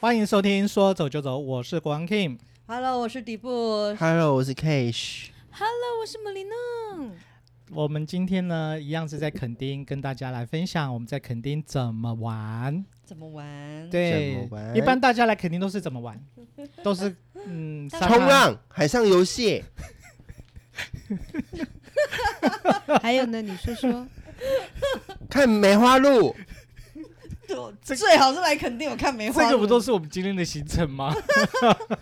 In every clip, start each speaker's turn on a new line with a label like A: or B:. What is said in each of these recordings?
A: 欢迎收听《说走就走》，我是国王 Kim。
B: Hello，我是底部。
C: Hello，我是 Cash。
B: Hello，我是莫莉娜。
A: 我们今天呢，一样是在垦丁跟大家来分享我们在垦丁怎么玩。
B: 怎么玩？
A: 对
C: 怎么，玩
A: 一般大家来垦丁都是怎么玩，都是嗯， 沙滩
C: 冲，浪、海上游戏，
D: 还有呢，你说说，
C: 看梅花鹿，
B: 对最好是来肯定我看梅花鹿。
A: 这个不都是我们今天的行程吗？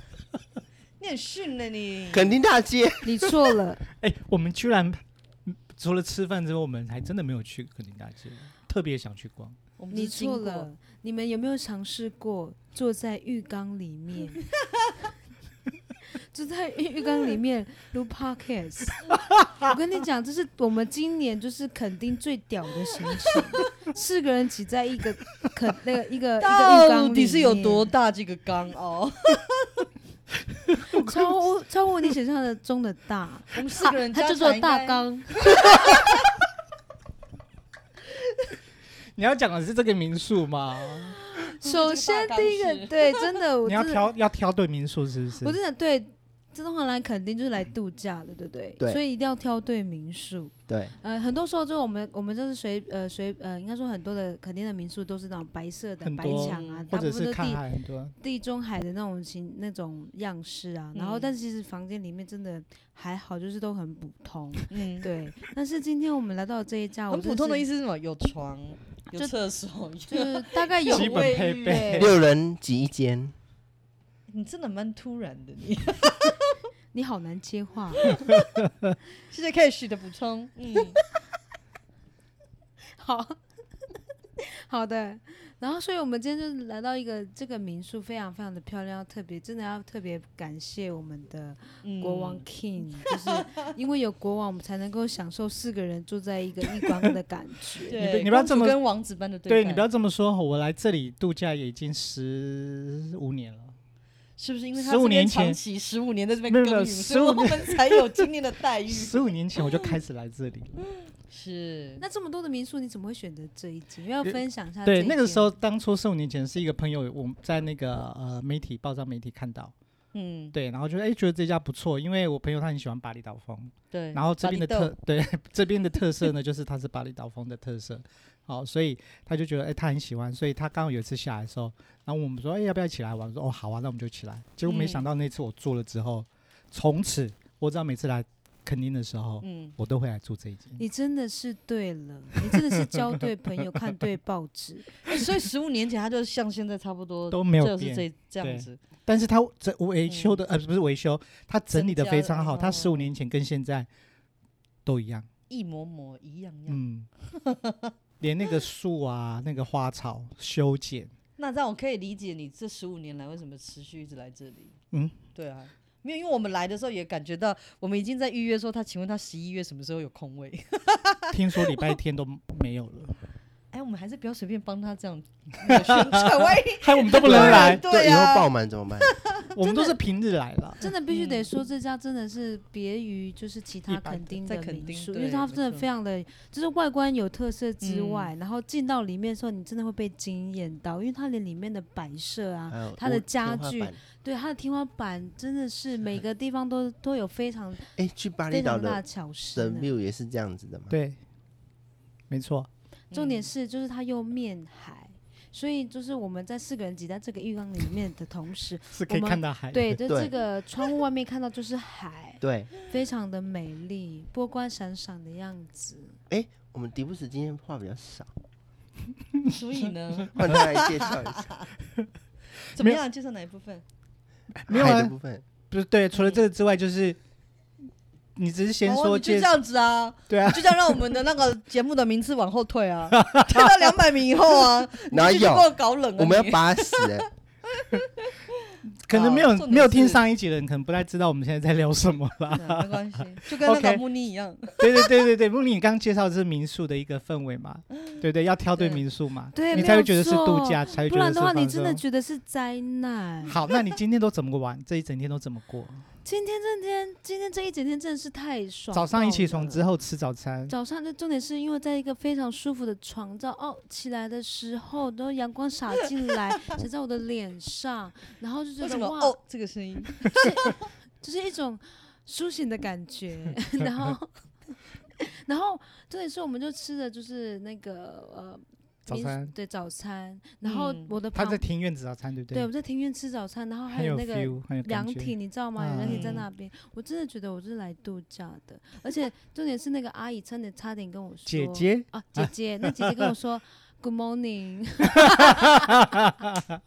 B: 你很逊呢你？
C: 垦丁大街。
D: 你错了，
A: 哎，我们居然嗯除了吃饭之外，我们还真的没有去垦丁大街，特别想去逛。
B: 我们
D: 你
B: 只是经
D: 错
B: 过
D: 了。你们有没有尝试过坐在浴缸里 面？坐在浴浴缸里面录 podcast，我跟你讲，这是我们今年就是垦丁最屌的行程，四个人挤在一个垦那个一个一个浴缸
B: 到
D: 里
B: 底是有
D: 面
B: 多大这个缸 哦？
D: 超乎超乎你想象的中的大，
B: 我们四个人
D: 他
B: 加
D: 就
B: 起来
D: 做
B: 应
D: 大
B: 该，
D: 纲，
A: 你要讲的是这个民宿吗？
D: 首先第一
B: 这个大纲
D: 个
B: 是
D: 对，真的，我
A: 你要
D: 真的
A: 挑要挑对民宿是不是？
D: 我真的对，自动化来肯定就是来度假的，对不对？
C: 对
D: 所以一定要挑对民宿。
C: 对，
D: 呃，很多时候就我们我们就是随呃随呃，应该说很多的肯定的民宿都是那种白色的
A: 很
D: 白
A: 多
D: 墙啊，
A: 或
D: 大部
A: 者
D: 分
A: 是
D: 都
A: 看
D: 地
A: 海很多。
D: 地中海的那种形那种样式啊。然后，
B: 嗯
D: 但是其实房间里面真的还好，就是都很普通。
B: 嗯，
D: 对，但是今天我们来到这一家，
B: 很普通的意
D: 思，
B: 思是什么？有床，有
D: 就
B: 厕所，有
D: 就是大概 有
B: 有
A: 基本
B: 卫
A: 配
B: 浴
A: 备
B: 欸
C: 六人挤一间，
B: 你真的蛮突然的，你。
D: 你好难接话，
B: 谢谢 Cash 的补充，嗯，
D: 好 好的，然后所以我们今天就是来到一个这个民宿，非常非常的漂亮，特别真的要特别感谢我们的
B: 嗯
D: 国王 King，、就是因为有国王，我们才能够享受四个人坐在一个一光的感觉。
B: 对，
A: 你不要
B: 公主
A: 这么
B: 跟王子般的
A: 对
B: 待
A: 你不要这么说，我来这里度假也已经十五年了。
B: 是不是因为
A: 15
B: 他这边
A: 年前
B: 长期十五年在这边
A: 没有
B: 耕
A: 没有
B: 耘，所以
A: 15
B: 我们才有今天的待 遇？
A: 十五年前我就开始来这里了，
B: 是，
D: 那这么多的民宿，你怎么会选择这一间？要不要分享一下这一
A: 对，
D: 间。
A: 那个时候当初十五年前是一个朋友，我们在那个呃媒体报章媒体看到，
B: 嗯，
A: 对，然后就哎、觉得这家不错，因为我朋友他很喜欢巴厘岛风，
B: 对。
A: 然后这边的
B: 巴厘
A: 特对这边的特色呢，就是它是巴厘岛风的特色，好，所以他就觉得哎、他很喜欢，所以他刚好有一次下来的时候，然后我们说哎、要不要一起来玩？我说哦好啊，那我们就起来。结果没
B: 嗯
A: 想到那次我做了之后，从此我知道每次来垦丁的时候，
B: 嗯，
A: 我都会来住这一间。
D: 你真的是对了，你真的是交对朋友，看对报纸。
B: 欸所以十五年前他就像现在差不多
A: 都没有
B: 就是
A: 变
B: 这这
A: 对
B: 样子，
A: 但是它整维修的、呃不是维修，它整理的非常好，
B: 增加了
A: 它
B: 哦
A: 十五年前跟现在都一样，
B: 一模模一样样。
A: 嗯，连那个树啊、那个花草修剪，
B: 那这样我可以理解你这十五年来为什么持续一直来这里。
A: 嗯，
B: 对啊，没有，因为我们来的时候也感觉到，我们已经在预约说他，请问他十一月什么时候有空位？
A: 听说礼拜天都没有了，
B: 哎，我们还是不要随便帮他这样那个宣传， 万一
A: 害我们都不能
B: 对
A: 来，
B: 对
C: 以后
B: 啊
C: 爆满怎么办？
A: 我们都是平日来了。
D: 真的必须得说，这家真的是别于就是其
A: 一
D: 他
A: 般
D: 垦丁
B: 在
D: 的
B: 垦
D: 民
B: 丁
D: 宿，因
B: 对
D: 为它
B: 没
D: 真的
B: 错
D: 非常的，就是外观有特色之外，然后进到里面的时候，你真的会被惊艳到，因为它连里面的摆设啊，
C: 还有
D: 它的
C: 我
D: 家
C: 天花
D: 具
C: 板
D: 对它的天花板真的是每个地方都都有非常
C: 哎，去巴厘
D: 非
C: 岛
D: 常
C: 的
D: 大的巧思
C: 的
D: 呢。
C: view 也是这样子的嘛？
A: 对，没错，
D: 重点
B: 嗯
D: 是，就是它又面海，所以就是我们在四个人挤在这个浴缸里面的同时，
A: 是可以
D: 我们
A: 看到海。
D: 对，就
C: 对
D: 这个窗户外面看到就是海，
C: 对，
D: 非常的美丽，波光闪闪的样子。
C: 我们迪布斯今天话比较少，
B: 所 以呢，
C: 换他来介绍一下
B: 怎
A: 没
B: 么
A: 有
B: 样介绍哪一部分？
A: 没有啊
C: 海的部分。
A: 不是对，除了这个之外，就是你只是先
B: 哦
A: 说
B: 你就
A: 介
B: 这样子啊，
A: 对啊
B: 你就这样让我们的那个节目的名次往后退啊， 退到两百名以后啊，
C: 哪
B: 你就
C: 有
B: 给我搞冷啊？
C: 我们要
B: 你
C: 把它死哎，
A: 可能没有
B: 哦重点
A: 没有听
B: 是
A: 上一集的人，可能不太知道我们现在在聊什么啦。
B: 对啊没关系，就跟那
A: OK
B: 个穆尼一样。
A: 对对对对对，不，你刚介绍的是民宿的一个氛围嘛，对对，要挑对
B: 对
A: 民宿嘛，
D: 对
A: 你
D: 没
A: 才会
D: 有
A: 觉得是度假，才会
D: 不
A: 觉得
D: 然
A: 是
D: 的话，
A: 放
D: 你真的
A: 松。
D: 觉得是灾难。
A: 好，那你今天都怎么玩？这一整天都怎么过？
D: 今天这天，今天这一整天真的是太爽。
A: 早上一起床之，后吃早餐，
D: 早上的重点是因为在一个非常舒服的床罩哦，起来的时候，然后阳光洒进来， 洒在我的脸上，然后就觉
B: 为什
D: 得
B: 么
D: 哇，
B: 哦这个声音？
D: 就是一种苏醒的感 觉。然后，然后重点是我们就吃的就是那个呃
A: 早
D: 民宿
A: 餐
D: 对早餐，然后
B: 嗯
D: 我的
A: 他
D: 旁、
A: 在庭院子早餐，对不
D: 对我们在庭院吃早餐，然后还
A: 很有
D: 那个
A: feel，很有
D: 凉
A: 感觉。
D: 亭，你知道吗？有凉亭在
B: 嗯
D: 那边，我真的觉得我是来度假的，而且重点是那个阿姨差点差点跟我说，
A: 姐姐，
D: 啊，姐姐，那姐姐跟我说 Good morning，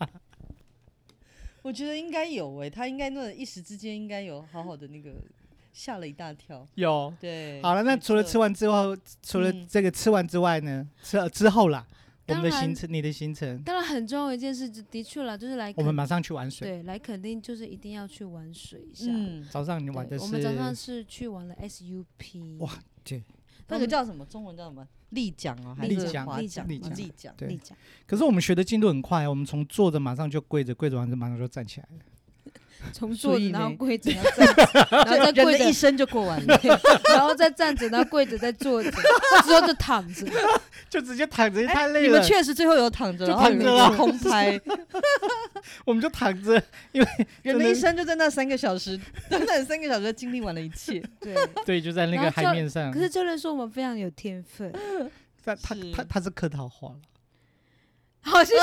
B: 我觉得应该有诶、他应该那一时之间应该有好好的那个吓了一大跳。
A: 有。
B: 对，
A: 好了，那
B: 没
A: 除了
B: 错
A: 吃完之后，除了
B: 嗯
A: 这个吃完之外呢，吃了之后啦，我们的
D: 当然
A: 行程，你的行程，
D: 当然很重要一件事，就的确了，就是来
A: 我
D: 垦
A: 们马上去玩水。
D: 对来肯定就是一定要去玩水一下。
B: 嗯，
A: 早上你
D: 对
A: 玩的
D: 我们早上
A: 是
D: 是去玩了 SUP，
A: 哇对，
B: 那个叫什么？中文叫什么？立桨哦，还
A: 立
B: 是
A: 桨
B: 划
D: 立
B: 桨？
D: 桨
A: 立
B: 哦
A: 桨
B: 立桨。
A: 对
D: 你讲，
A: 可是我们学的进度很快，我们从坐着马上就跪着，跪着完就马上就站起来了。
D: 从
B: 所
D: 坐着
B: 以
D: 然后
B: 呢
D: 跪着，然后站着，然后再
B: 人
D: 跪
B: 的一
D: 着，
B: 生就过完 了。
D: 然后再站着，然后跪着，再坐着，之后就躺着。
A: 就直接躺着，也
B: 哎
A: 太累
B: 你
A: 了
B: 们。确实最后有躺着，
A: 就
B: 然后
A: 躺着啊
B: 有
A: 了
B: 有空拍，
A: 我们就躺着，
B: 人的
A: 真的
B: 一生就在那三个小时，短短三个小时就经历完了一切。
D: 对，
A: 对，就在那
D: 然
A: 个
D: 后
A: 海
D: 教
A: 面上
D: 可。是教练说我们非常有天 分，
A: 但他
B: 是
A: 他他是客套话了，
D: 好谢谢。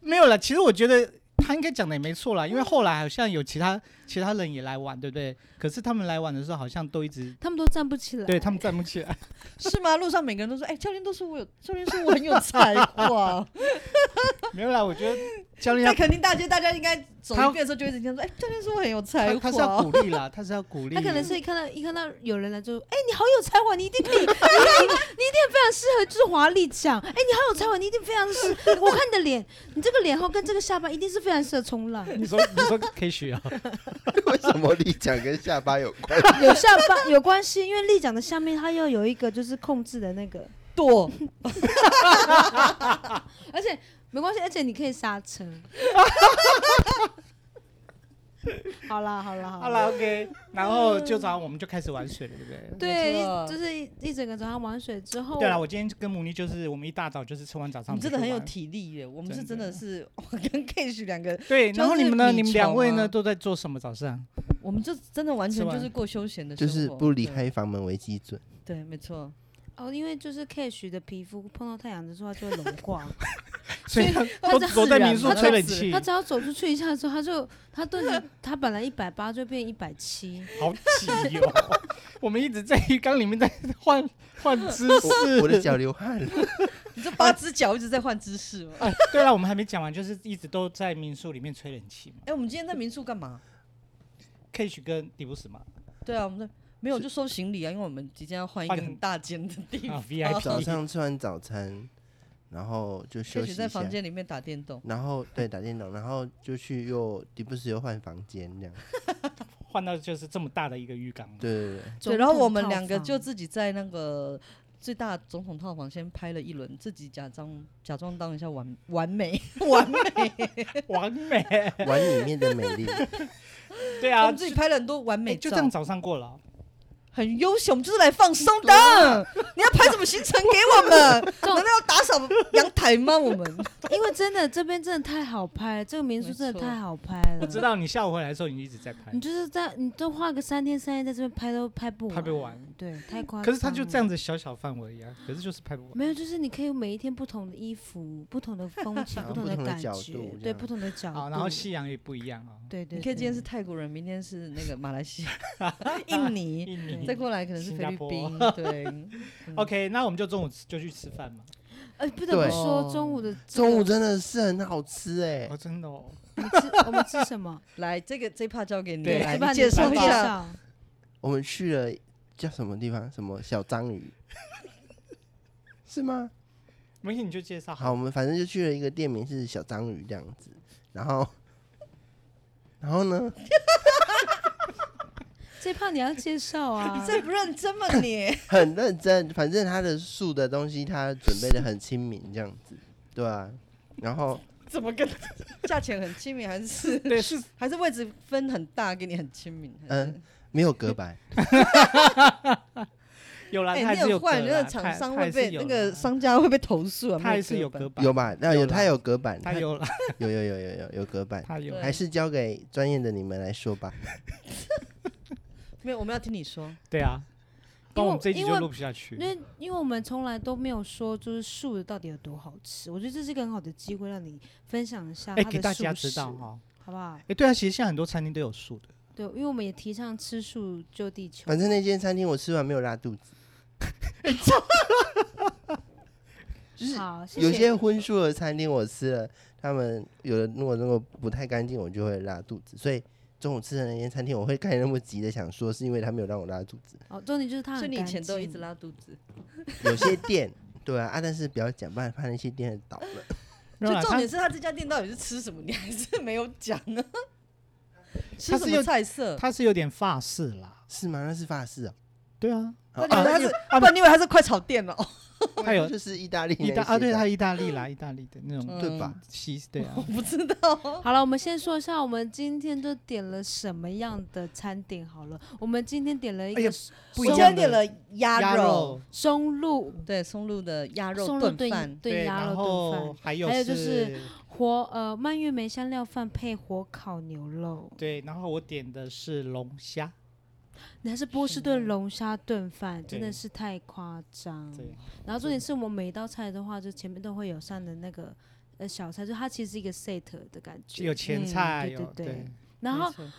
A: 没有了。其实我觉得他应该讲的也没错啦，因为后来好像有其他其他人也来玩，对不对？可是他们来玩的时候，好像都一直
D: 他们都站不起来，
A: 对他们站不起来。
B: 是吗？路上每个人都说，哎，教练都说我有，教练说我很有才华。
A: 没有啦，我觉得教练
B: 在
A: 要
B: 肯定大街，大家应该走
A: 他
B: 一遍的时候就会一直听说，哎，教练说我很有才
A: 他
B: 华
A: 他是要
B: 哦。
A: 鼓励啦，他是要鼓励。
D: 他可能是一看到一看到有人来就，哎、你好有才华，你一定 可以，你一定你一定非常适合就是华丽奖，哎、你好有才华，你一定非常适， 我看你的脸，你这个脸后跟这个下巴一定是非常适合冲 浪，
A: 你说你说可以学 啊？
C: 为什么立奖跟下巴有关？
D: 有下巴有关系，因为立奖的下面它要有一个就是控制的那个，
B: 躲，
D: 而且没关系，而且你可以刹车。 好啦好啦
A: 好
D: 好啦，
A: 啦 o k 然后就早上我们就开始玩水了，对不对？
D: 对，
B: 没
D: 一
B: 错
D: 就是一一整个早上玩水之后，
A: 对啦，我今天跟母尼就是我们一大早就是吃完早
B: 你
A: 餐，
B: 真的很有
A: 我们就去
B: 体力耶。我们是真
A: 真的
B: 的是， 我跟 Kish 两个，
A: 玩。对，
B: 就是
A: 然后你们呢？你
B: 米
A: 们两位
B: 虫啊
A: 呢都在做什么早上？
B: 我们就真的完全
A: 吃完
B: 就是过休闲的生
C: 就
B: 活，
C: 是不离
B: 对。
C: 开房门为基准。
B: 对，没错。
D: 哦，因为就是 Cash 的皮肤碰到太阳的时候，它就会融 化。
A: 所以
D: 他
A: 都
D: 在
A: 躲在
B: 自然
A: 民宿
D: 他
A: 吹
D: 在
A: 冷气
D: 他，只要走出去一下的时候，他就他顿时他本来一百八就变一百七，
A: 好挤哟、 我们一直在浴缸里面在换换姿势。
C: 我我的脚流汗了，
B: 你这八只脚一直在换姿势 吗？
A: 哎，对了，我们还没讲完，就是一直都在民宿里面吹冷气嘛。
B: 哎、我们今天在民宿干嘛？
A: Cage 跟迪布斯嘛，
B: 对啊，我们在没有就收行李啊，因为我们即将要换一个
A: 换
B: 很大间的地方
A: 啊。VIP
C: 早上吃完早餐，然后就
B: K
C: 休息
B: 许
C: 一下
B: 在，房间里面打电动，
C: 然后对打电脑，然后就去又你不是又换房间这样？
A: 换到就是这么大的一个浴缸。
C: 对对对，
B: 对，然后我们
D: 总统
B: 两个
D: 套
B: 就
D: 房
B: 自己在那个最大总统套房先拍了一轮，自己假装假装当一下完完美完美，
A: 完 美。
C: 玩里面的美丽，
A: 对
B: 我
A: 啊，
B: 们自己拍了很多完
A: 哎
B: 美
A: 就
B: 照，
A: 这样早上过了
B: 嗯
A: 哦、
B: 很优秀，我们就是来放松的。你要拍什么行程给我们？难道要打扫阳台吗？我们
D: 因为真的这边真的太好拍了，这个民宿
B: 没
D: 真的
B: 错
D: 太好拍
A: 我
D: 了。
A: 知道你下午回来的时候，你一直在拍
B: 嗯
D: 你，就是在你都花个三天三夜在这边拍都拍不完，
A: 拍不
B: 嗯
A: 完。
D: 对，太夸张了。
A: 可是它就这样子小小范围啊，可是就是拍不完。
D: 没有，就是你可以每一天不同的衣服、不同的风 景、
C: 然后
D: 不同
C: 不同的
D: 感
C: 角
D: 觉
C: 度，这
D: 对，
C: 样
D: 不同的
B: 嗯
D: 角
A: 好，
D: 度。
A: 然后夕阳也不一样啊、哦。
D: 对对，
B: 你可以今天
D: 对
B: 是泰国人，明天是那个马来西亚、印尼，
A: 印尼
D: 嗯
B: 再过来可能是
A: 新
B: 菲
A: 加
B: 律
A: 坡
B: 宾，对，
A: OK，那我们就中午吃就去吃饭嘛。
D: 呃，不得不
C: 对
D: 说中午的这
C: 中午
D: 个
C: 真的是很好吃哎
A: 哦，，真的哦，
D: 我们吃我们吃什么？
B: 来这个这一趴交给你，
A: 对
B: 来
D: 要不然
B: 你
D: 你
B: 介绍
D: 介
B: 一下，
D: 绍。
C: 我们去了叫什么地方？什么小 章鱼？是吗？
A: 没事你就介绍
C: 好，我们反正就去了一个店名是小章鱼这样子，然后，然后呢？
D: 这怕你要介绍啊，
B: 这不认真吗你？
C: 很认真，反正他的素的东西他准备的很亲民这样子，对啊。然后
B: 怎么跟价钱很亲民，还是
A: 对，是
B: 还是位置分很大，给你很亲民？嗯
C: 嗯，没有隔白，
A: 有啦，
B: 哎、
A: 它还
B: 你
A: 是有
B: 很
A: 隔啦
B: 坏，那个
A: 它
B: 厂商
A: 它
B: 会
A: 还是
B: 被
A: 有啦
B: 那个商家会被投诉啊。
A: 它还 是有
B: 没
A: 隔板，
B: 隔板
C: 有吧？那
A: 有
C: 有
A: 啦
C: 他有隔板，
A: 它有啦，
C: 有有有有有有隔板，
A: 它有
B: 对
A: 啦。
C: 还是交给专业的你们来说吧。
B: 没有，我们要听你说。
A: 对啊，不然我们这一集
D: 因
A: 就
D: 为
A: 录不下去
D: 因。为因为我们从来都没有说就是素的到底有多好吃，我觉得这是一个很好的机会，让你分享一下它
A: 哎，
D: 的
A: 给大家知道
D: 素食
A: 哈。
D: 好不好？
A: 哎，对啊，其实现在很多餐厅都有素的。
D: 对，因为我们也提倡吃素救地球
C: 反。正那间餐厅我吃完没有拉肚子，就是
D: 好，谢谢
C: 有些荤素的餐厅我吃了，他们有的如果那个不太干净，我就会拉肚子。所以中午吃的那间餐厅，我会看那么急的想说，是因为他没有让我拉肚子。
D: 哦，重点就是它
B: 所以
D: 很
B: 你以
D: 干
B: 前都一
D: 净
B: 直拉肚子，
C: 有些店，对啊，啊但是不要讲，不然怕那些店倒了。
A: 没
B: 就
A: 有啦
B: 重
A: 它
B: 点是他这家店到底是吃什么，你还是没有讲呢？ 吃
A: 它
B: 什
A: 是
B: 么
A: 有
B: 菜色？
A: 它是有点法式啦。
C: 是吗？那是法式哦
A: 对啊，
B: 那
C: 哦，
B: 你以为
C: 啊
B: 他是，
A: 啊
B: 不然你以为他是快炒店 哦？
A: 它有
C: 就是嗯意大利
A: 意大
C: 那
A: 啊，
C: 些
A: 对，
C: 的
A: 它意大利啦，意大利的那种
C: 对吧？
A: 西对啊
B: 我。不知道。
D: 好了，我们先说一下我们今天都点了什么样的餐点好了。我们今天点了一
A: 哎呀
D: 个
A: 不
B: 我
A: 一
B: 今
A: 样的
B: 天点了鸭
A: 鸭
B: 肉，
A: 肉，
D: 松露
B: 对，松露的鸭肉
D: 松露
B: 炖
D: 炖
B: 饭，
D: 对鸭
A: 然
D: 肉炖
A: 后
D: 饭，
A: 还有
D: 还有就是火呃蔓越莓香料饭配火烤牛肉，
A: 对，然后我点的是龙虾，
D: 你还是波士顿龙虾炖饭，
A: 对
D: 真的是太夸张。
A: 对，
D: 然后重点是我们每一道菜的话，就前面都会有上的那个呃小菜，就它其实是一个 set 的感觉。嗯
A: 有前菜，
D: 对对
A: 有
D: 对
A: 对，
D: 然后呃
B: 没错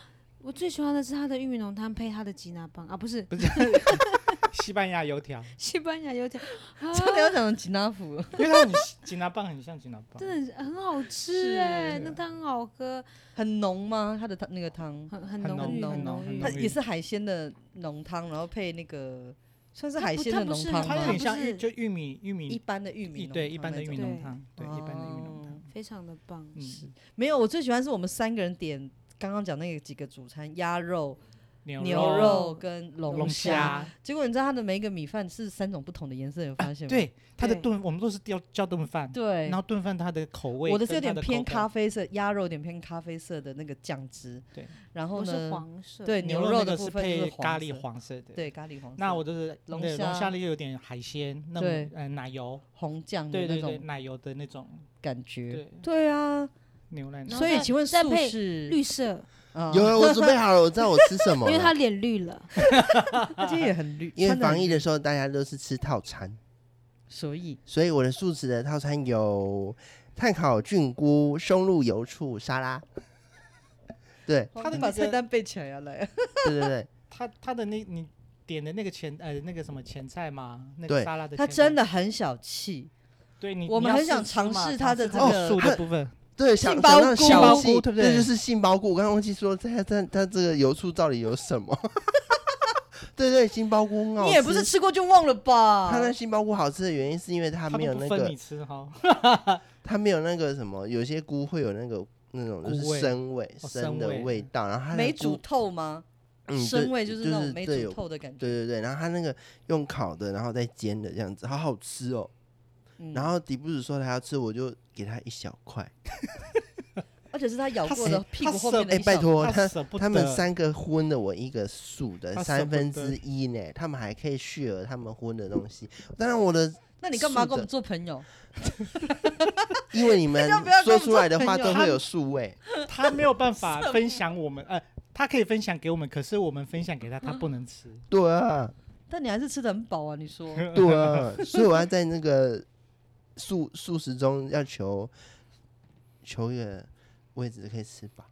D: 我最喜欢的是它的玉米浓汤配它的吉拿棒啊，不 是
A: 不是西班牙油条，
D: 西班牙油条，啊
B: 差点要讲成吉拿福，
A: 因为它很吉拿棒很像吉拿棒，
D: 真的很很好
B: 是
D: 吃
A: 对
D: 哎、那
A: 啊
D: 汤很好喝，
B: 很浓吗？它的汤那个汤，
D: 很很
A: 很
D: 浓郁，
B: 浓
D: 很
B: 很
A: 浓很
D: 郁
B: 它
A: 浓。
B: 也是海鲜的浓汤，然后配那个算是
D: 它不
B: 海鲜的浓汤
A: 它有
D: 它
A: 点
D: 不
B: 吗？
A: 像玉
D: 是
A: 就玉米玉米
B: 一般的玉米
A: 一
B: 浓
A: 对
B: 汤
A: 一般的
B: 那
A: 玉
B: 种
A: 米
D: 种
A: 浓汤，对一般的玉米浓汤
B: 哦，
D: 非常的棒，
A: 嗯，
B: 没有，我最喜欢是我们三个人点刚刚讲那个几个主餐，鸭肉、
A: 牛
B: 牛
A: 肉
B: 肉跟
A: 龙
B: 龙虾。
A: 虾，啊
B: 结果你知道它的每一个米饭是三种不同的颜色，有发现吗？
A: 对它的
D: 对
A: 炖我们都是叫叫炖饭，
B: 对
A: 然，后炖饭它的口味
B: 我的
A: 跟它的
B: 是有点偏
A: 口感
B: 咖啡色，鸭肉有点偏咖啡色的那个酱汁。
A: 对，
B: 然后
D: 不是
B: 呢，
D: 黄色，
B: 对
A: 牛
B: 牛肉
A: 那
B: 的
A: 个
B: 部
A: 是
B: 分就是
A: 配咖
B: 黄
A: 喱
B: 色
A: 黄色的，
B: 对咖喱黄色，
A: 那我就是
B: 龙
A: 对
B: 虾
A: 龙虾里就有点海鲜，那么
B: 对
A: 呃奶油，
B: 红酱的
A: 对
B: 那
A: 对对，
B: 种
A: 奶油的那种
B: 感觉。
A: 对
B: 对啊，
A: 牛奶
D: 然后
B: 所以
D: 再
B: 请问
D: 再
B: 素
D: 配
B: 是
D: 绿色，
B: 啊
C: 有了，我 准备好了，我知道我吃什
D: 因
C: 么了。
D: 为它脸绿了，
B: 它今天也很绿，
C: 因为
B: 穿得很
C: 防疫的时候大家都是吃套餐，
B: 所以
C: 所以我的素食的套餐有碳烤菌菇、松露油醋沙拉。 对
A: 它的
B: 把
A: 那
B: 菜
A: 个
B: 单背起来要来。
C: 对对对，
A: 他他的那你点的那个前呃那个什么前菜嘛，那个
C: 对
A: 沙拉的前菜，
B: 他真的很小气，
A: 对你
B: 我们
A: 你要
B: 很想
A: 试吃嘛
B: 尝试它
A: 它
B: 的
A: 它
B: 这
A: 的
B: 个
A: 素
C: 它
A: 的部分，
C: 对，想
B: 杏
C: 想
B: 鲍
C: 到
B: 菇
C: 小
A: 杏鲍
C: 气
A: 菇对不对
C: 这就是杏鲍菇。我刚刚忘记说，它它它这个油醋到底有什么？ 对对，杏鲍菇很好吃。
B: 你也不是吃过就忘了吧？
C: 它那杏鲍菇好吃的原因是因为
A: 它
C: 它
A: 都
C: 没有
A: 不
C: 那
A: 分
C: 个
A: 你，吃 哈，
C: 它没有那个什么，有些菇会有那个那种就
A: 菇味
C: 是生味、
A: 哦
C: 生
A: 生
C: 的
A: 味
C: 味道，然后它的
B: 没
C: 菇
B: 煮透吗？
C: 嗯对
B: 生味就
C: 就是
B: 那种没
C: 对
B: 煮
C: 有
B: 透的感觉。
C: 对对对，然后它那个用烤的，然后再煎的这样子，好好吃哦。
B: 嗯
C: 然后迪布斯说他要吃，我就给他一小块。
B: 而且是他咬
A: 它
B: 过
A: 是
B: 的屁股
A: 它
B: 后
A: 是
B: 面的
C: 哎、
B: 一
C: 拜
B: 小
C: 托
A: 它
C: 他
A: 舍不得
C: 他们三个荤的，我一个素的
A: 他，舍
C: 三
A: 不得
C: 分之一呢，他们还可以 share 他们荤的东西。当然我的，
B: 那你干嘛
C: 素的
B: 跟我们做朋友？
C: 因为你们
B: 要不要跟
C: 说
B: 我们
C: 出来的
B: 做
C: 话
B: 朋友
C: 都会有素味，
A: 他没有办 法分享我们呃。他可以分享给我们，可是我们分享给他，他
B: 嗯
A: 不能吃。
C: 对啊，
B: 但你还是吃的很饱啊！你 说
C: 对啊，所以我要在那个素素食中要求求一个位置可以吃饱。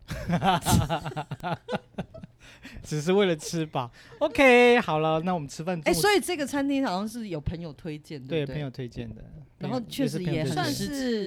A: 只是为了吃饱。OK，好了，那我们吃饭中
B: 哎，
A: 午。
B: 所以这个餐厅好像是有朋友推荐，
A: 对
B: 不
A: 朋友推荐的，
B: 然后
A: 朋友
B: 确实
A: 是朋友
B: 也
A: 推荐
B: 很
D: 算
A: 的
B: 实
D: 是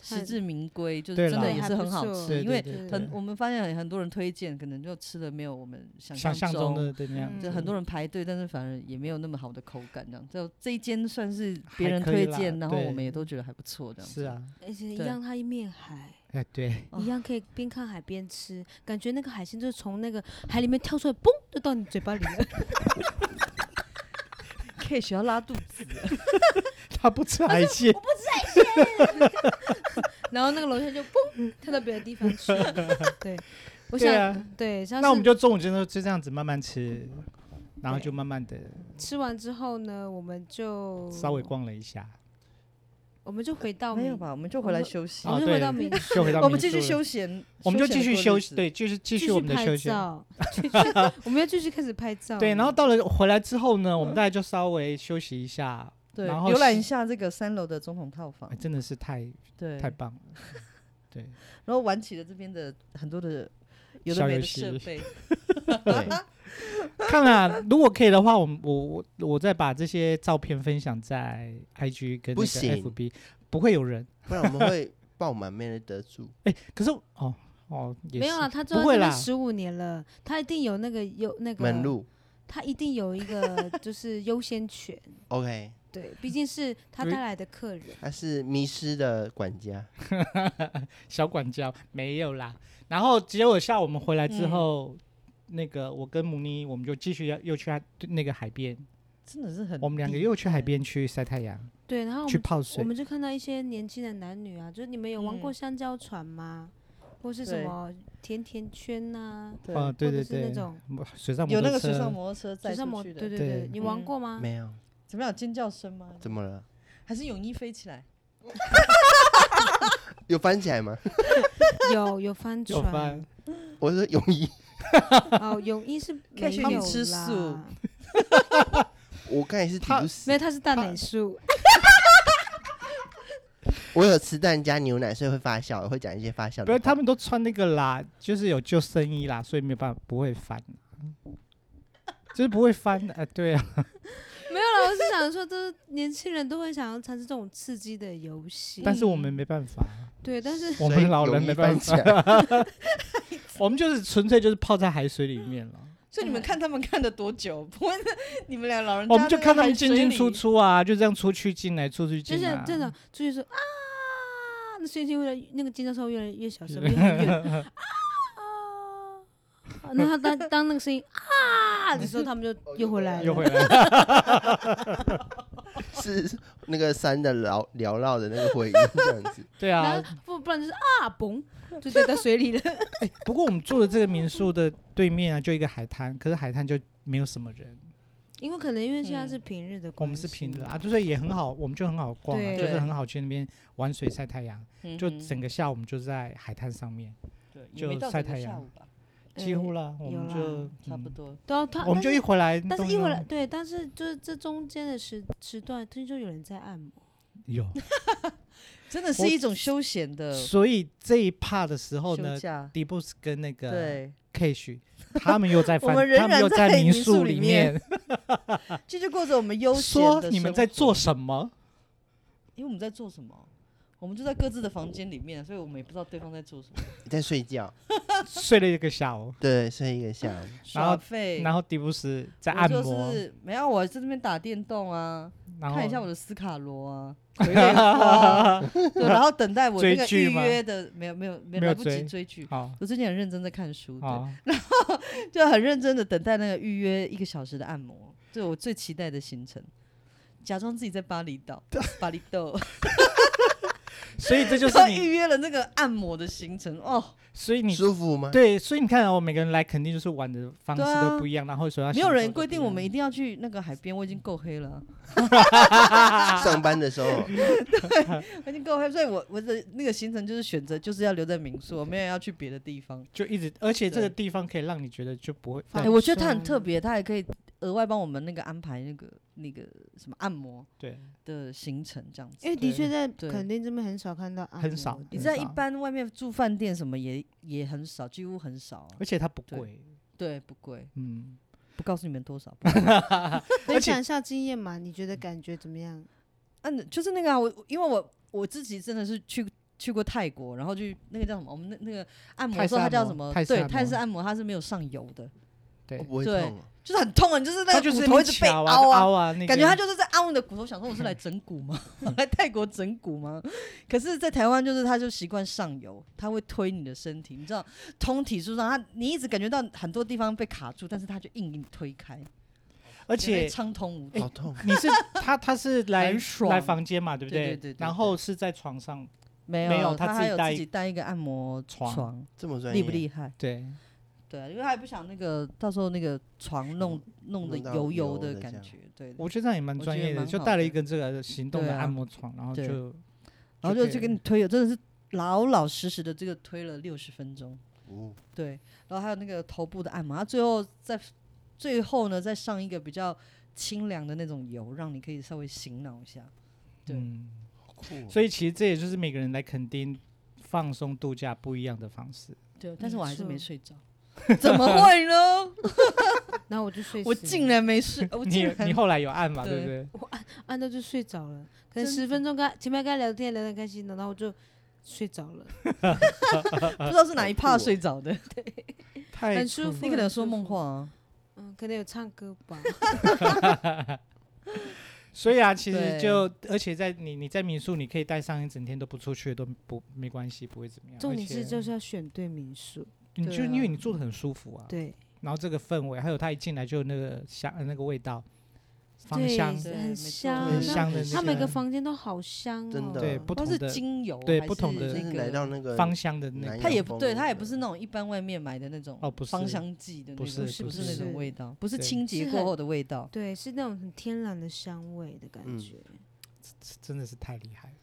B: 实
D: 很
B: 至名归，就是
A: 对
B: 真
A: 啦
B: 的也是很好
D: 对
B: 吃。
A: 对
B: 因为
A: 对对
B: 很
A: 对
B: 我们发现很很多人推荐，可能就吃的没有我们想
A: 想象中
B: 中。
A: 的对那样
D: 嗯
A: 子，
B: 就很多人排队，但是反而也没有那么好的口感，这样。就这一间算是别
A: 还
B: 人
A: 可以
B: 推
A: 啦
B: 荐，然后我
A: 对
B: 们也都觉得还不错，这样。
A: 是，啊，
D: 而哎且一
B: 对
D: 样，它一面海。
A: 哎对，
B: 哦
D: 一样可以边看海边吃，感觉那个海鲜就是从那个海里面跳出来，嘣就到你嘴巴里 了。
B: 可以学要拉肚子。
A: 他不吃海鲜，
D: 然后那个楼下就嘣跳到别的地方去了。 对，我
A: 对
D: 想
A: 啊
D: 对，像
A: 那我
D: 是
A: 们就中午就就这样子慢慢吃，然后
D: 对
A: 就慢慢的
D: 吃完之后呢，我们
B: 哦
D: 就
A: 稍微逛了一下，
D: 我们就回到
B: 没有
D: 民
B: 吧？我们就回来休息
D: 我，们
A: 哦
D: 就
A: 对
D: 回到民宿
A: 就回到
B: 我
A: 民
B: 们继
A: 宿
B: 续
A: 了
B: 休闲，
A: 我们就继续休息，
B: 息。
A: 对，就是继
D: 继
A: 续我们的休
D: 拍
A: 息。
D: 照，继续 我们要继续开始拍照。
A: 对，然后到了回来之后呢，我
B: 嗯
A: 们大概就稍微休息一下，
B: 对，
A: 然后
B: 浏览
A: 是
B: 一下这个三楼的总统套房
A: 哎，真的是太
B: 对，
A: 太棒了。 对，
B: 然后玩起了这边的很多的有的
A: 小
B: 没
A: 游
B: 的
A: 戏
B: 设备，
C: 对，
A: 看了，如果可以的话，我们我我我再把这些照片分享在 IG 跟那
C: 不
A: 个
C: 行
A: FB，不会有人。
C: 不然我们会爆满，没人得住。
A: 哎，可是哦哦也
D: 没有
A: 是
D: 啊，他做
A: 不会啦，
D: 十五年了，他一定有那个有那个
C: 门，路
D: 他一定有一 个就是优先权。
C: ，OK，
D: 对，毕竟是他带来的客人。
C: 他是迷失的管家，
A: 小管家没有啦。然后结果下午我们回来之
B: 嗯
A: 后，那个我跟母妮，我们就继续要又去他那个海边，
B: 真的是很
A: 我们两个
B: 地
A: 又去
B: 道
A: 海
B: 欸，
A: 边去晒太阳，
D: 对，然
B: 嗯
D: 后我
A: 去
D: 们
A: 泡
D: 我
A: 水。
D: 们就看到一些年轻的男女啊，就是你们有玩过
B: 嗯
D: 香蕉船吗？或是什
B: 对
D: 么甜甜圈呐、
B: 对
A: 啊，对对
D: 或者是
A: 对
D: 那，种
A: 摩水上摩
B: 有那
A: 托
B: 个水
A: 车
B: 上摩托车载
D: 水上
B: 出
D: 摩，
B: 去
D: 对
B: 的，
D: 对
A: 对
D: 你玩
B: 嗯
D: 过吗？
C: 没有，
B: 怎么样？有尖叫声吗？
C: 怎么了？
B: 还是泳衣飞起来？
C: 有翻起来吗？
D: 有有帆
B: 啊
A: 有
D: 船
A: 翻，
C: 我说泳衣，
D: 哦，泳衣是
B: 可以去
D: 没有啦，
B: 吃素
C: 我刚才是抵
A: 他
C: 不
D: 没
C: 死，
D: 有，它是大奶素，
C: 我有吃蛋加牛奶，所以会发酵，我会讲一些发酵的话。
A: 不是他们都穿那个啦，就是有救生衣啦，所以没有办法不会翻，就是不会翻的。哎，对啊，
D: 没有了。我是想说，都是年轻人都会想要尝试这种刺激的游戏，
A: 但是我们没办法，
D: 对，但是
A: 我
C: 所以
A: 们老人
C: 泳衣
A: 没办
C: 翻
A: 法
C: 起，来
A: 我们就是纯粹就是泡在海水里面了。
B: 所以你们看他们看的多久？不会，你们俩老人家
A: 我们就
B: 那个
A: 看他
B: 海
A: 们进
B: 水
A: 进
B: 里
A: 出， 出啊，就这样出去进来，出去
D: 就
A: 进
D: 是
A: 来啊。
D: 这种出去说啊，那声音就越来那个尖叫声越来越 小声，越来越啊。然后当当那个声音啊的时候，他们就又回来
A: 又回
D: 了。
A: 来了，
C: 是那个山的缭缭绕的那个回音这样子。
A: 对
D: 然
A: 啊。
D: 后不不然就是啊嘣，就掉到水里 了。
A: 不过我们住的这个民宿的对面啊，就一个海滩，可是海滩就没有什么人，
D: 因为可能因为现在
B: 嗯
D: 是平日的
A: 我
D: 关系，
A: 们是平日啊，就是也很好，我们就很好逛、啊，
D: 嗯对
A: 就是很好去那边玩水晒太阳，
B: 嗯
A: 就
B: 哼
A: 整个下午我们就在海滩上面，
B: 对也
A: 就
B: 没到
A: 晒
B: 整个
A: 太
B: 下
A: 阳
B: 午吧，
A: 几乎了，我
D: 有
A: 们
D: 啦
A: 就
B: 呃差不
A: 嗯
B: 多。
D: 对啊，他
A: 我们就一回来，
D: 但是
A: 动
D: 一回来，
A: 动
D: 对，但是就是这中间的时时段，就就有人在按摩。
A: 有，
B: 真的是
A: 我
B: 一种休闲的
A: 所以这一趴的时候
B: 呃休
A: 呢
B: 假。
A: 迪布斯跟那个
B: 对，
A: Cash 他们又在
B: 我
A: 翻，
B: 们仍
A: 他们
B: 然
A: 又
B: 在
A: 民
B: 民宿
A: 里
B: 里面这就过着我们悠闲的
A: 啊说你们
B: 生
A: 在做
B: 活，
A: 什么？
B: 因为我们在做什么？我们就在各自的房间里面，所以我们也不知道对方在做什么。
C: 你在睡觉，
A: 睡了一个下午，
C: 对，睡一个下午。
A: 然后
B: 耍废，
A: 然后迪布斯在按
B: 我就
A: 摩，啊
B: 是没有，我在那边打电动啊，
A: 然
B: 看一下我
A: 后
B: 的斯卡 罗啊，鬼脸花啊对，然后等待我
A: 追
B: 那个
A: 剧
B: 预
A: 吗
B: 约的，没有没有没
A: 没有
B: 有来不及
A: 追
B: 追剧。
A: 好
B: 我最近很认真在看书，对，
A: 好，
B: 就很认真的等待那个预约一个小时的按摩，这是我最期待的行程。假装自己在巴厘岛，巴厘岛，
A: 所以这 就
B: 然
A: 是
B: 后
A: 你，
B: 预约了那个按摩的行程哦，
A: 所以你
C: 舒服吗？
A: 对，所以你看啊，我每个人来肯定就是玩的方式
B: 对啊
A: 都不一样，然后所以要
B: 没有
A: 享受
B: 人
A: 都
B: 规
A: 不
B: 定
A: 一
B: 我
A: 样
B: 们一定要去那个海边，我已经够黑了，
A: 啊
C: 上班的时 候，
B: 我已经够黑，所以我我的那个行程就是选择就是要留在民宿，我没有要去别的地方。
A: 就一直，而且这个
B: 对
A: 地方可以让你觉得就不会
D: 放
B: 哎、
A: 对
B: 我觉得他很
D: 松
B: 特别，他还可以额外帮我们那个安排那个那个什么按摩
A: 对，
B: 的行程这样子。
D: 因为的
A: 对
D: 确在
B: 对
D: 垦丁这边很少看到按摩的，
A: 很少
B: 你
A: 很
B: 知道一
A: 少
B: 般外面住饭店什么也也很少，几乎很少啊、
A: 而且它不
B: 对
A: 贵，
B: 对，不贵，
A: 嗯，
B: 不告诉你们多少。不
D: 分享一下经验嘛？你觉得感觉怎么样？
B: 嗯，就是那个、 啊、我，因为我我自己真的是去去过泰国，然后去那个叫什么，我们那那个按摩
A: 泰式
B: 的时候它
A: 按
B: 叫
A: 摩
B: 什么？
A: 泰式
B: 对，
A: 按
B: 泰式
A: 摩
B: 按摩它是没有上油的，
A: 对
C: 我，不会
B: 对
C: 痛哦。
B: 就是很痛啊，你就是那
A: 它
B: 个
A: 就
B: 骨
A: 是
B: 头一
A: 那
B: 直被
A: 边
B: 凹
A: 凹
B: 啊，
A: 啊，那
B: 感觉他
A: 就
B: 就是在按我的骨头，想说我是来整骨吗？来泰国整骨吗？可是，在台湾就是他就习惯上游，他会推你的身体，你知道，通体舒畅，他你一直感觉到很多地方被卡住，但是他就硬硬推开，
A: 而
B: 而
A: 且
B: 畅通
A: 哎
B: 无阻。
C: 哎好痛！
A: 你是他他是来
B: 很爽
A: 来房间嘛，对不
B: 对对对对
A: 然后是在床上
B: 没有，
A: 没有
B: 他
A: 他自己
B: 还有
A: 带
B: 自己带一个按摩
A: 床
B: 床
C: 这么专业，
B: 厉不厉害？
A: 对，
B: 对啊，因为他也不想那个到时候那个床弄弄得
C: 弄到
B: 油油
C: 油的
B: 的
C: 这
B: 感
C: 样
B: 觉，对。
A: 我觉得这样也蛮
B: 我觉
A: 专
B: 得
A: 业的，
B: 蛮
A: 就
B: 好
A: 带了
B: 的
A: 一个这个行动
B: 对
A: 的
B: 啊
A: 按摩床，然后
B: 对
A: 就
B: 然后就
A: 可以
B: 就给你推了，真的是老老实实的这个推了六十分钟，
C: 哦
B: 对，然后还有那个头部的按摩，他最后再最后呢再上一个比较清凉的那种油，让你可以稍微醒脑一下。对
A: 嗯，
C: 好酷哦，
A: 所以其实这也就是每个人来垦丁放松度假不一样的方式。
B: 对，但是
D: 没
B: 我还是
D: 错
B: 没睡 着，怎么会呢？
D: 然后我就睡死了，
B: 我竟然没睡，我
A: 你
B: 竟
A: 有 你
B: 然
A: 后来有按嘛，对不
B: 对
A: 对？
D: 按啊到就睡着了，可能
B: 真
D: 十分钟跟他前面跟他聊天聊得很开心的，然后我就睡着了，
B: 不知道是哪一
C: 好
B: 趴
C: 酷哦
B: 睡着 的，
A: 太
D: 很舒
A: 酷
D: 服
B: 你可能有说梦话啊，
D: 嗯，可能有唱歌 吧，
A: 所以啊，其实
B: 对
A: 就而且在你你在民宿，你可以带上一整天都不出去都不没关系，不会怎么样。
D: 重
A: 而
D: 点是
A: 且
D: 就是要选对民宿，
A: 你
B: 对
A: 就因为
B: 啊
A: 你住的很舒服啊，
D: 对
A: 然后这个氛围，还有他一进来就有那个香呃那个味道，芳
D: 对
A: 香
B: 对没
D: 很
B: 错
D: 香
A: 很
D: 啊，
C: 那
A: 香的
D: 他
A: 那
D: 每
A: 个
D: 个房间都好香哦，
C: 真的
A: 对
C: 嗯
A: 不
B: 它
A: 同
B: 是
A: 的
B: 精油，
A: 对
B: 还
A: 不同的就
B: 是
C: 真
B: 那
C: 是来
B: 个
C: 到那个
A: 芳香的那
C: 南
A: 个
B: 它
C: 洋
B: 也不
C: 风
B: 对，
C: 那
B: 它也
C: 个
B: 不是那种一般外面买的那种
A: 哦不
B: 芳
A: 是
B: 香剂的那
A: 不
B: 种，
A: 是
B: 不
A: 不
B: 是那
D: 是
B: 种味道，不是
A: 对
B: 清洁
D: 是
B: 过
D: 很
B: 后的味道。
D: 对，是那种很天然的香味的感
C: 嗯
D: 觉。
A: 真的是太厉害了。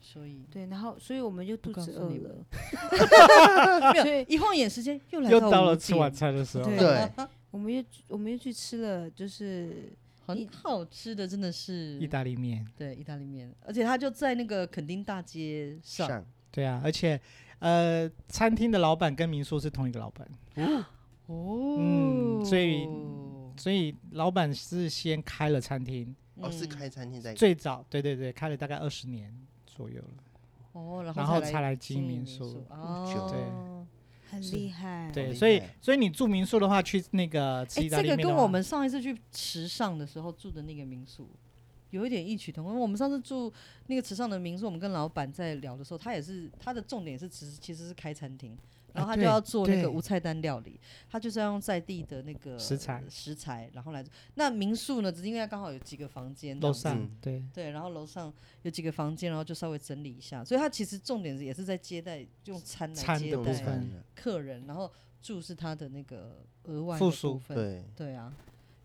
B: 所以
D: 对，然后所以我们就肚
B: 告
D: 子
B: 诉
D: 饿
B: 你
D: 了，
B: 没
D: 所
B: 有
D: 以
B: 一晃眼时间又来
A: 又
B: 到
A: 到了
B: 五
A: 吃晚
B: 点
A: 餐的时候，
D: 对
C: 对，
D: 我们又我们又去吃了，就是
B: 很好吃的，真的是
A: 意大利面，
B: 对意大利面，而且它就在那个垦丁大街上，
C: 上
A: 对啊，而且呃，餐厅的老板跟民宿是同一个老板，
B: 哦
A: 嗯所以
B: 嗯
A: 所以老板是先开了餐厅，
C: 哦是
B: 嗯
C: 开餐厅在
A: 最早对对对，开了大概二十年左右了，
B: 哦，然
A: 然后
B: 才
A: 才
B: 来
A: 来
B: 经
A: 经营民
B: 宿
A: 宿。
C: 久
B: 哦，
D: 很
A: 是
D: 厉害，
C: 好
A: 对，
C: 厉
A: 所以
C: 害
A: 所以你住民宿的话，去那个吃
B: 哎，
A: 意大
B: 这
A: 利
B: 个
A: 面
B: 跟
A: 的话
B: 我们上一次去池上的时候住的那个民宿有一点异曲同工。我们上次住那个池上的民宿，我们跟老板在聊的时候，他也是他的重点是其实其实是开餐厅，然后他就
A: 啊对
B: 要做那
A: 对
B: 个无菜单料理，他就是要用在地的那个
A: 食材
B: 食材，然后来做。那民宿呢，只是因为它刚好有几个房间这
A: 楼
B: 样子，
A: 上、
C: 嗯
A: 对。
B: 对，然后楼上有几个房间，然后就稍微整理一下，所以他其实重点是也是在接待用餐来
A: 餐
B: 接
A: 的部
B: 待
A: 分
B: 客人，然后住是他的那个额外的
A: 附
B: 部
A: 属
B: 分，
C: 对，
B: 对啊，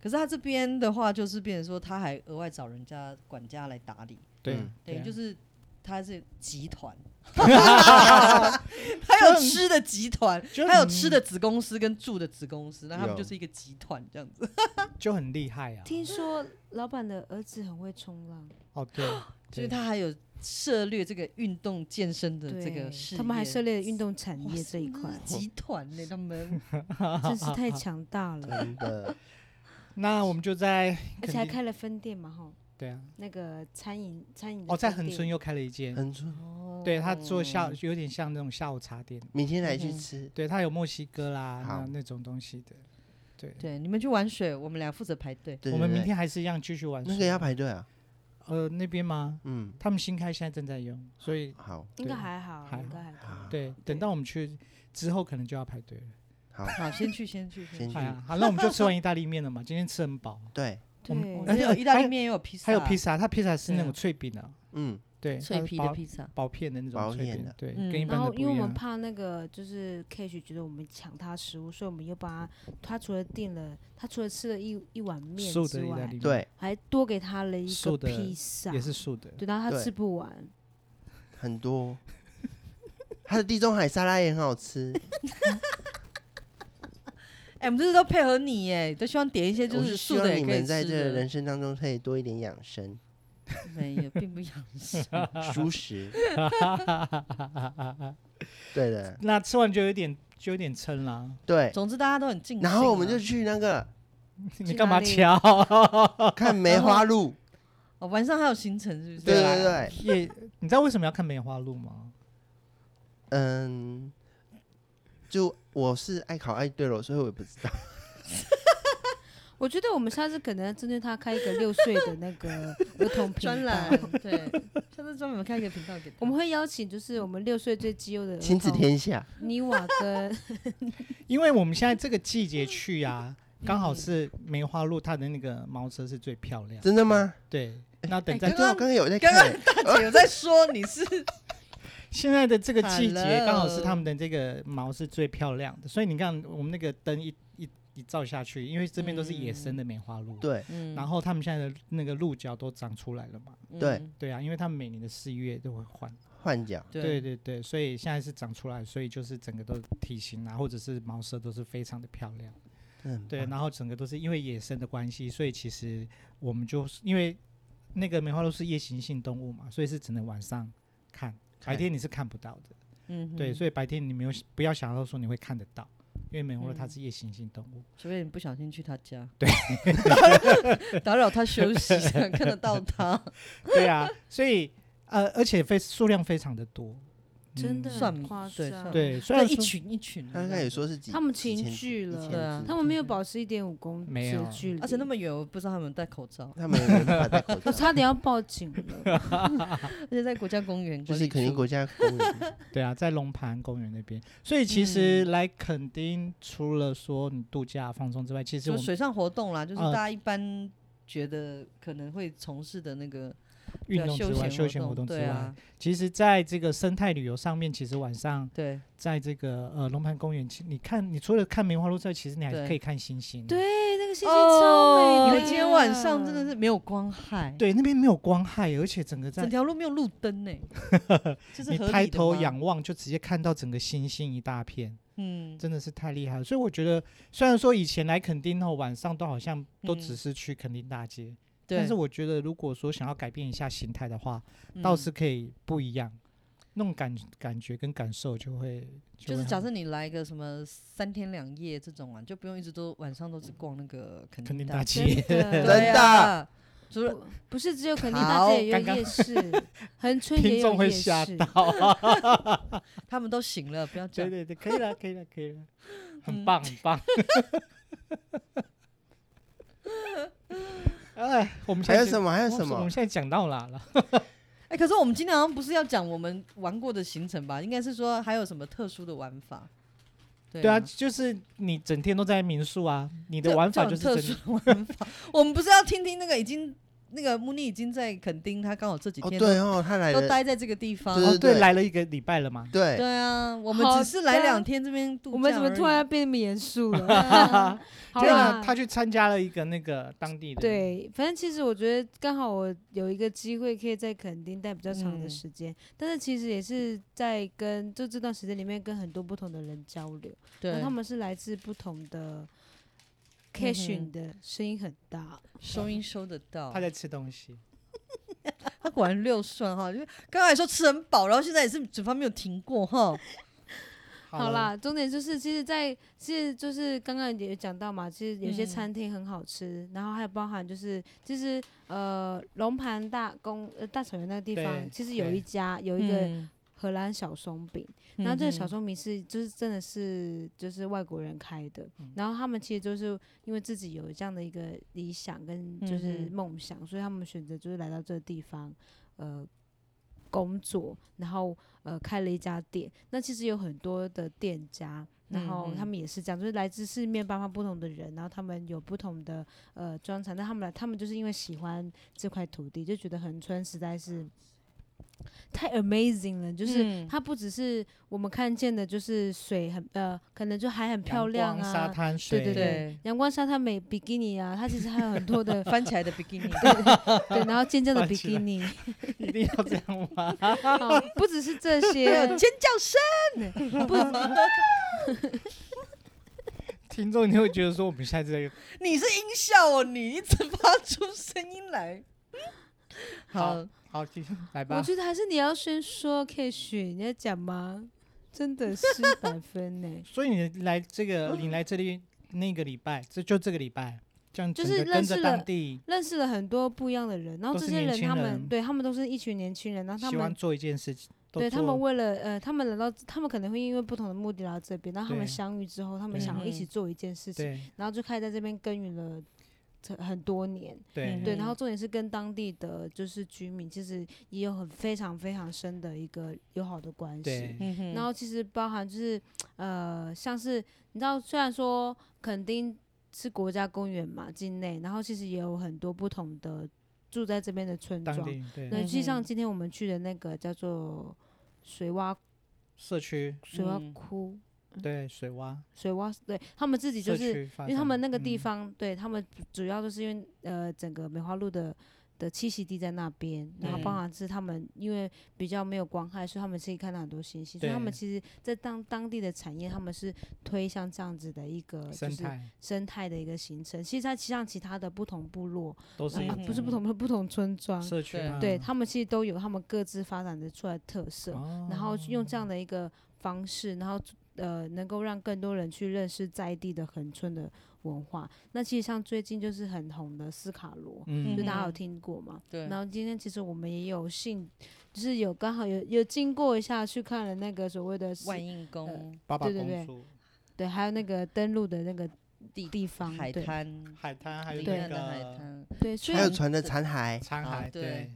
B: 可是他这边的话，就是变成说他还额外找人家管家来打理，
A: 对
C: 嗯，
B: 等
A: 对
B: 于
A: 啊
B: 就是他是集团， 还有吃的集 团，
A: 就
B: 还有吃的子公司跟住的子公司，那他们
C: 有
B: 就是一个集团这样子。
A: 就很厉害啊。
D: 听说老板的儿子很会冲浪，
A: 哦，对，
B: 所
A: 对
B: 以他还有涉猎这个运动健身的
D: 对，
B: 这个事业，
D: 他们还涉猎了运动产业这一块
B: 哇，真的是集团呢、他们
D: 真是太强大了，
C: 真的
A: 那我们就在
D: 而
A: 肯
D: 且还
A: 定
D: 开了分店嘛，吼，
A: 对啊，
D: 那个餐饮餐饮的
A: 哦，在
D: 分
A: 恒春
D: 店
A: 又开了一间，
C: 很出。
A: 对
D: 嗯
A: 他做下
B: 哦
A: 有点像那种下午茶店，
C: 明天来
B: 嗯
C: 去
B: 哼
C: 吃，
A: 对他有墨西哥啦那
C: 好
A: 那种东西的，对。
B: 对你们去玩水，我们俩负责排队。
C: 对
A: 我们
C: 对
A: 明
C: 对
A: 天还是一样继续玩水。
C: 那个要排队啊，
A: 呃那边吗？
C: 嗯，
A: 他们新开，现在正在用，所以
C: 好啊
D: 应该
A: 对
D: 还好，
A: 还啊
D: 应该还
B: 啊
D: 好，
A: 对，等到我们去之后，可能就要排队了。
C: 好，
B: 好，先去，先去，
C: 先
B: 去。
A: 哎呀，好，那我们就吃完意大利面了嘛，今天吃很饱，
C: 对，
A: 我们
D: 对
B: 我，哦们有意大利面，也有披萨，
A: 哎还有披萨，它披萨是那种
B: 对
A: 脆饼的，
C: 嗯，
A: 对，它
B: 脆
A: 是
B: 皮的
A: 薄
B: 披萨。
A: 薄片的那种
C: 薄
A: 脆
C: 片
A: 饼
C: 的，
A: 对，
B: 嗯
A: 跟一
D: 然
A: 般的
D: 后
A: 不
D: 因为
A: 一
D: 我们
A: 样。
D: 怕那个就是 Cash 觉得我们抢他食物，所以我们又帮他，他除了订了他除了吃了一一碗面
A: 素的
D: 之
A: 意大利
D: 外，
A: 面，
C: 对，
D: 还多给他了一
A: 素
D: 个
A: 的
D: 披萨，
A: 也是素的，
D: 对，然后他
C: 对
D: 吃不完，
C: 很多。 它的地中海沙拉也很好吃，
B: 哎、我们这次都配合你耶，都希望点一些 就
C: 我
B: 是
C: 希
B: 素的
C: 望
B: 也
C: 你
B: 可以
C: 们
B: 吃
C: 在这个
B: 的。
C: 人生当中可以多一点养 生、
B: 没有，并不养生。
C: 熟食。对的，
A: 那吃完就有点就有点撑啦，
C: 对。
B: 总之大家都很尽兴啊。
C: 然后我们就去 那个
A: 你
D: 去
A: 干嘛
D: 哪里
A: 敲？
C: 看梅花 鹿，
B: 哦晚上还有行程，是不是？
C: 对
A: 啊
C: 对对，
A: 也，你知道为什么要看梅花鹿吗？
C: 嗯，就我是爱考爱对了，所以我也不知道。
D: 我觉得我们下次可能要针对他开一个六岁的那个 儿童频
B: 专 栏
D: 道，
B: 对，下次专门开一个频道给他
D: 我们会邀请就是我们六岁最基优的儿
C: 亲子
D: 童
C: 天下，
D: 妮瓦跟
A: 因为我们现在这个季节去啊，刚好是梅花鹿它的那个毛色是最漂亮。
C: 真的吗？
A: 对，那等
B: 哎
A: 在
B: 刚
C: 对，我
B: 刚
C: 啊刚刚有在
B: 刚
C: 看
B: 刚
C: 欸，
B: 大姐有在说你是
A: 现在的这个季节
B: Hello
A: 刚好是他们的这个毛是最漂亮的，所以你看我们那个灯一一一照下去，因为这边都是野生的梅花鹿，
C: 对，
B: 嗯
A: 然后他们现在的那个鹿角都长出来了嘛，
C: 对
B: 嗯
A: 对啊，因为他们每年的四月都会换，
C: 换角，
A: 对
B: 对，
A: 对对，所以现在是长出来，所以就是整个都体型啊，或者是毛色都是非常的漂亮。
C: 真的很
A: 对，
B: 嗯
C: 棒
A: 然后整个都是因为野生的关系，所以其实我们就是因为那个梅花鹿是夜行性动物嘛，所以是只能晚上看，白
C: 看
A: 天你是看不到的。
B: 嗯
A: 对，
B: 哼
A: 所以白天你没有不要想到说你会看得到，因为梅花鹿它
B: 嗯
A: 是夜行性动物。
B: 除非你不小心去他家，对， 打扰他休息，想看得到他，
A: 对啊，所以呃，而且非数量非常的多，
D: 真的
A: 嗯
B: 算
D: 很夸
B: 对
D: 张。
B: 算
A: 对，虽
B: 那
A: 然
B: 一
A: 说
B: 群一群的这
C: 他
B: 样子，
C: 刚才也说是几，
D: 他们
C: 几
D: 群
C: 千
D: 聚了
C: 一千
B: 对啊
C: 只
D: 他们没有保持一点五公尺
A: 没有
D: 的距离，
B: 而且那么远，我不知道他们戴口罩，
C: 他们没办法戴口
D: 我
C: 罩，
D: 差点要报警 了。
B: 而且在国家公园，
C: 就是肯定国家公园
A: 对啊，在龙盘公园那边，所以其实
B: 嗯
A: 来垦丁除了说你度假放松之外，其实
B: 就
A: 我
B: 水
A: 们
B: 上活动啦，就是
A: 啊
B: 大家一般觉得可能会从事的那个对
A: 运
B: 啊
A: 动之外、休
B: 休
A: 闲活动之
B: 对
A: 外
B: 啊，，
A: 其实在这个生态旅游上面，其实晚上
B: 对，
A: 在这个呃龙盘公园，其你看，你除了看梅花鹿之外，其实你还
B: 对
A: 可以看星星。
D: 对，那个星星超美
B: 因为
D: 的呀，
B: 哦今天晚上真的是没有光害，，
A: 对，那边没有光害，而且整个在
B: 整条路没有路 灯呢，这是
A: 你
B: 合理
A: 抬
B: 的
A: 头
B: 吗，
A: 仰望就直接看到整个星星一大片，
B: 嗯，
A: 真的是太厉害了。所以我觉得，虽然说以前来垦丁后晚上都好像都只
B: 嗯
A: 是去垦丁大街，
B: 对，
A: 但是我觉得如果说想要改变一下形态的话，倒
B: 嗯
A: 是可以不一样，那种感感觉跟感受就会
B: 就是
A: 会
B: 假
A: 很
B: 设你来个什么三天两夜这种啊，就不用一直都晚上都是逛那个垦
A: 垦丁大
B: 大
A: 街。
D: 真
C: 真
D: 的
B: 对
C: 的
B: 啊，除了
D: 不不是只有肯定大街也有
A: 好刚刚
D: 夜市，恒春也
A: 听众
D: 有
A: 会
D: 夜
A: 吓
D: 市
A: 到。啊！
B: 他们都醒了，不要
A: 对
B: 讲。
A: 对对，可以了，可以了，可以 了，
B: 嗯
A: 很棒，很棒。 哎，我们
C: 还有
A: 么？
C: 什么？还有
A: 我
C: 什
A: 我
C: 么
A: 们？现在讲到哪了？
B: 哎、可是我们今天好像不是要讲我们玩过的行程吧？应该是说还有什么特殊的玩法？对
A: 对啊，就是你整天都在民宿啊，你
B: 这
A: 的玩法
B: 这
A: 就是
B: 种特
A: 整
B: 殊的玩法。 我们不是要听听那个已经那个穆尼已经在垦丁，他刚好这几
C: 哦，
B: 天都、
C: 对哦，他来
B: 都
C: 了，
B: 待在这个地方。
C: 对
A: 哦，
C: 对
A: 对，来了一个礼拜了嘛。
C: 对，
B: 对啊，我们
D: 好
B: 只是来
D: 的
B: 两天这边度假而已。
D: 我们怎么突然要变那么严 肃了？好
A: 对啊，
D: 啦，
A: 他去参加了一个那个当地的，，
D: 对，反正其实我觉得刚好我有一个机会可以在垦丁待比较长的
B: 嗯
D: 时间，但是其实也是在跟就这段时间里面跟很多不同的人交流，然后
B: 对
D: 他们是来自不同的
B: 哼
D: c a s h i n 的声音很大，
B: 收音收得到？
A: 他在吃东西。
B: 他果然六顺哈，因为刚才说吃很饱，然后现在也是嘴巴没有停过哈。
D: 好
A: 了，
D: 啦，重点就是，其实在，其实就是刚刚也讲到嘛，其实有
B: 嗯
D: 些餐厅很好吃，然后还有包含就是，其实呃，龙盘大公呃大草原那个地
A: 对
D: 方，其实有
A: 对
D: 一家有一个
B: 嗯，
D: 荷兰小松饼，然后这个小
B: 嗯
D: 松饼是就是真的是就是外国人开的，
B: 嗯
D: 然后他们其实就是因为自己有这样的一个理想跟就是
B: 嗯哼
D: 梦想，所以他们选择就是来到这个地方，呃，工作，然后呃开了一家店。那其实有很多的店家。然后
B: 嗯嗯
D: 他们也是这样，就是来自四面八方不同的人，然后他们有不同的呃专长，但他们来，他们就是因为喜欢这块土地，就觉得恒春实在是太 amazing 了，就是
B: 嗯
D: 它不只是我们看见的，就是水很呃，可能就海很漂亮
A: 阳光沙
D: 啊，
A: 滩水，
D: 对
B: 对
D: 阳光沙滩美比基尼啊，它其实还有很多的
B: 翻起来的比基尼，
D: 对， 然后尖叫的
A: 翻
D: 比
A: 起
D: 基
A: 来
D: 尼，
A: 一定要这样吗？
D: 好不只是这
B: 还有
D: 些，
B: 尖叫声。
D: 不
A: 听众你会觉得说我们现在这个
B: 你是音效哦，你一直发出声音 来。好，
A: 好，继续来
D: 我
A: 吧。
D: 觉得还是你要先说 K 许，你要讲吗？真的是百 分呢、
A: 所以你来这个，你来这里那个礼拜，这就这个礼拜，这样
D: 就
A: 整
D: 是
A: 个
D: 认
A: 跟
D: 识
A: 着
D: 了
A: 当地
D: 认识了很多不一样的人，然后
A: 都
D: 这
A: 是
D: 些
A: 年
D: 人
A: 轻
D: 他们
A: 人
D: 对他们都是一群年轻人，啊然后他
A: 喜
D: 们
A: 欢做一件事情，都
D: 对他们
A: 做
D: 为了呃，他们来到他们可能会因为不同的目的来到这边，然后他们
A: 对
D: 相遇之后，他们
A: 对
D: 想要一
B: 嗯
D: 起做一件事情，
A: 对
D: 然后就开始在这边耕耘了这很多年。
A: 对
B: 嗯
D: 对，然后重点是跟当地的就是居民，其实也有很非常非常深的一个友好的关系。
A: 对
B: 嗯哼
D: 然后其实包含就是呃，像是你知道，虽然说垦丁是国家公园嘛，境内，然后其实也有很多不同的住在这边的村
A: 当
D: 庄，
A: 地对
D: 对，实际
B: 嗯
D: 上
B: 哼
D: 今天我们去的那个叫做水洼
A: 社区
D: 水洼
B: 嗯
D: 窟、
A: 对水洼，
D: 水洼，对他们自己就
A: 社
D: 是
A: 区发
D: 因为他
A: 展
D: 们那个地
A: 嗯
D: 方，对他们主要就是因为呃，整个梅花鹿的的栖息地在那边，然后包
A: 对
D: 含是他们因为比较没有光害，所以他们可以看到很多星星，所以他们
A: 对
D: 其实，在当当地的产业，他们是推向这样子的一个就
A: 生
D: 是
A: 态
D: 生态的一个形成。其实它像其他的不同部落，
A: 都是
D: 啊
A: 一啊
D: 啊
A: 种
D: 不是不同不同村庄，
A: 社区
B: 对
A: 嘛，
D: 对他们其实都有他们各自发展的出来的特色。
A: 哦
D: 然后用这样的一个方式，然后呃，能够让更多人去认识在地的恒春的文化。那其实像最近就是很红的斯卡罗，就
A: 嗯
D: 大家有
B: 嗯
D: 听过嘛？
B: 对
D: 然后今天其实我们也有幸，就是有刚好有有经过一下去看了那个所谓的 斯
B: 万应宫、
A: 八宝
D: 对对
A: 公
D: 对
A: 主
D: 对，还有那个登陆的那个
B: 地
D: 地方，
B: 海
D: 对
B: 滩、
A: 海滩还有
B: 嗯对
D: 对
A: 那
B: 岸的海
A: 个
B: 滩，
D: 对，所以
C: 还有船的残 骸，
A: 残
B: 啊
A: 骸
B: 对
A: 对。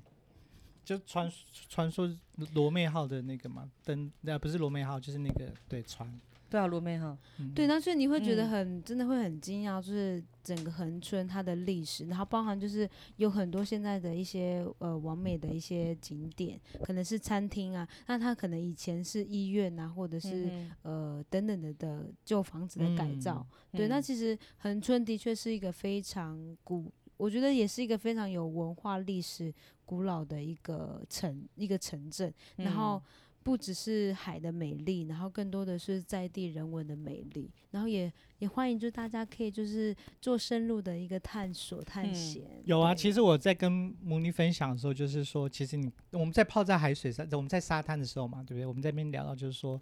A: 就传传说罗妹号的那个嘛，登那、不是罗妹号，就是那个对船。
B: 对啊，罗妹哈，
A: 嗯
D: 对，那所以你会觉得
B: 嗯
D: 很、真的会很惊讶，就是整个恒春它的历史，然后包含就是有很多现在的一些呃完美的一些景点，可能是餐厅啊，那它可能以前是医院啊，或者是、
B: 嗯
D: 呃等等的的旧房子的改造。
B: 哼
D: 对，那
B: 嗯
D: 其实恒春的确是一个非常古，我觉得也是一个非常有文化历史古老的一个城一个城镇。然后不只是海的美丽，然后更多的是在地人文的美丽，然后也也欢迎就是大家可以就是做深入的一个探索探
B: 嗯
D: 险。
A: 有啊，
D: 对
A: 其实我在跟母女分享的时候，就是说，其实你我们在泡在海水上，我们在沙滩的时候嘛，对不对？我们在那边聊到，就是说，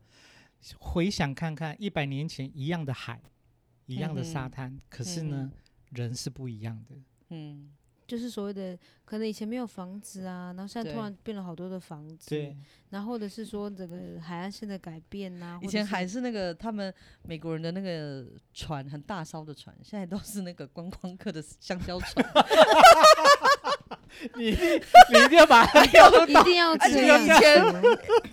A: 回想看看一百年前一样的海，一样的
B: 嗯
A: 沙
B: 哼
A: 滩，可是呢，人是不一样的。
B: 嗯
D: 就是所谓的可能以前没有房子啊，然后现在突
B: 对
D: 然变了好多的房子，
A: 对，
D: 然后或者是说整个海岸线的改变呐、啊，
B: 以
D: 或者
B: 前
D: 是
B: 还是那个他们美国人的那个船，很大艘的船，现在都是那个观光客的香蕉船，
A: 你一定你一定要把它 用
D: 一
A: 到
D: 定要
B: 而
D: 这
B: 且
D: 样
B: 以
D: 子
B: 前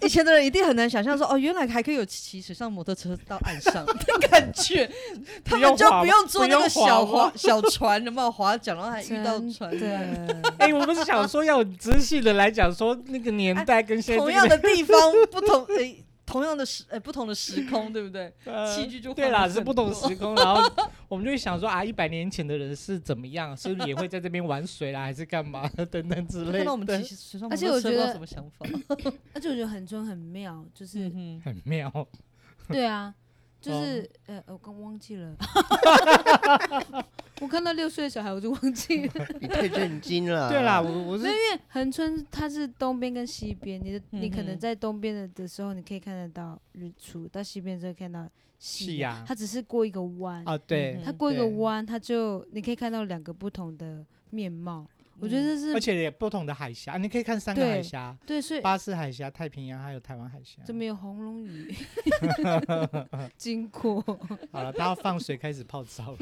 B: 以前的人一定很难想象说，哦，原来还可以有骑水上摩托车到岸 上的感觉，他
A: 不
B: 们
A: 用
B: 就
A: 划
B: 不
A: 吗
B: 用
A: 不
B: 坐那
A: 用
B: 个
A: 划
B: 小
A: 吗
B: 划小船，有没有划桨，然后还遇到
D: 真
B: 船难。
D: 的
A: 哎、我们是想说要有仔细的来讲，说那个年代跟现在、
B: 啊同样的地方， 不同诶、同样的时诶、不同的时 空，对不对？
A: 呃
B: 器 具就
A: 对
B: 换
A: 啦，
B: 了
A: 是
B: 很
A: 不同
B: 多
A: 时空，然后我们就会想说啊，一百年前的人是怎么样，是不是也会在这边玩水啦，还是干嘛 等等之类
B: 看到我们
A: 的
B: 其，实水上
D: 而
B: 摩
D: 且
B: 托
D: 我
B: 车
D: 觉
B: 不知道
D: 得
B: 什么想 法，
D: 而且我觉得恒春很妙，就是、
B: 嗯
A: 很妙。
D: 对啊，就
A: 哦
D: 是、呃，我刚忘记了， 我看到六岁的小孩我就忘记了。
C: 你太震惊了。
A: 对啦，，我我是
D: 没有，因为恒春它是东边跟西边，你的你可
B: 嗯
D: 能
B: 哼
D: 在东边的的时候，你可以看得到日出；到西边就看到
A: 夕
D: 夕
A: 阳
D: 它只是过一个弯，
A: 啊，对
B: 嗯，
D: 它过一个
A: 对
D: 弯，它就你可以看到两个不同的面貌。我觉得这
A: 嗯而
D: 是
A: 且也不同的海峡，啊你可以看三个
D: 嗯对
A: 海峡：
D: 对，所以
A: 巴士海峡、太平洋还有台湾海峡。
D: 怎么有红龙鱼 经过？
A: 好了，大家放水开始泡澡了。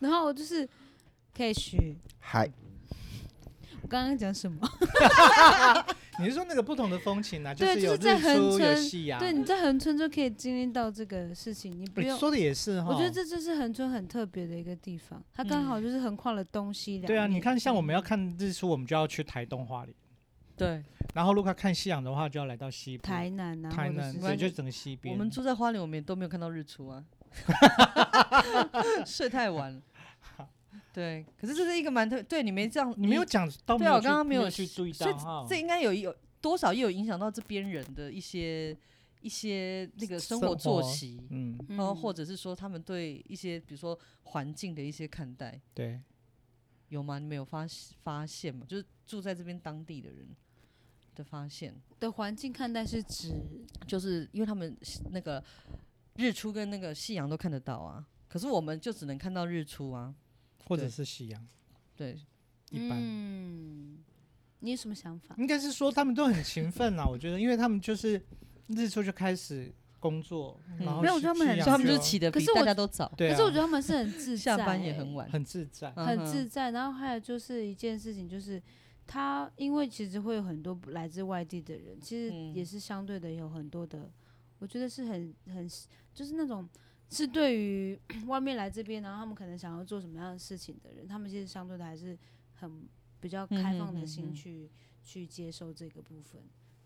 D: 然后我就是可以学，
C: 海
D: 我刚刚讲什么？
A: 你是说那个不同的风情啊，
D: 对
A: 是
D: 就
A: 有
D: 是在
A: 日出
D: 恒
A: 有
D: 春
A: 夕阳。
D: 对，你在恒春就可以经历到这个事情，你不
A: 你
D: 用。
A: 说的也是哈。
D: 我觉得这就是恒春很特别的一个地方，它刚好就是横跨了东西两面。
A: 嗯
D: 嗯
A: 对啊，你看像我们要看日出，我们就要去台东花莲；
B: 对，
A: 然后如果要看夕阳的话，就要来到西部
D: 台南啊，
A: 台
D: 或者
A: 南，
D: 是
A: 对，就整个西边。
B: 我们住在花莲，我们也都没有看到日 出啊，睡太晚了。对，可是这是一个蛮特，对你没这样，
A: 你没有讲到，
B: 对啊我刚刚没
A: 有
B: 有
A: 去去注意
B: 所
A: 到
B: 以
A: 哈。
B: 这应该有有多少也有影响到这边人的一些一些那个生活
A: 生
B: 作
A: 活
B: 息，
A: 嗯，
D: 嗯
B: 然后呃或者是说他们对一些比如说环境的一些看待，
A: 对，
B: 有吗？你们有发发现吗？就是住在这边当地的人的发现，
D: 的环境看待是指
B: 就是因为他们那个日出跟那个夕阳都看得到啊，可是我们就只能看到日出啊。
A: 或者
B: 对
A: 是夕阳，
B: 对，
A: 一般。
D: 嗯，你有什么想法？
A: 应该是说他们都很勤奋啦，啊我觉得，因为他们就是日出就开始工作，
B: 嗯
A: 然后
D: 没有我
A: 夕
D: 觉得他们很
A: 夕
B: 所
A: 阳
B: 以他们就
A: 就是
B: 起得
D: 可
B: 比
D: 是我
B: 大家都早，
A: 对啊，啊
D: 可是我觉得他们是很自在、
B: 下班也很
D: 欸
B: 晚，
A: 很自在，
D: 很
B: 嗯哼
D: 自在。然后还有就是一件事情，就是他因为其实会有很多不来自外地的人，其实
B: 嗯
D: 也是相对的有很多的，我觉得是很很就是那种是对于 外面来这边，然后他们可能想要做什么样的事情的人，他们其实相对的还是很比较开放的
B: 嗯哼
D: 心
B: 哼
D: 去、去接受这个部分。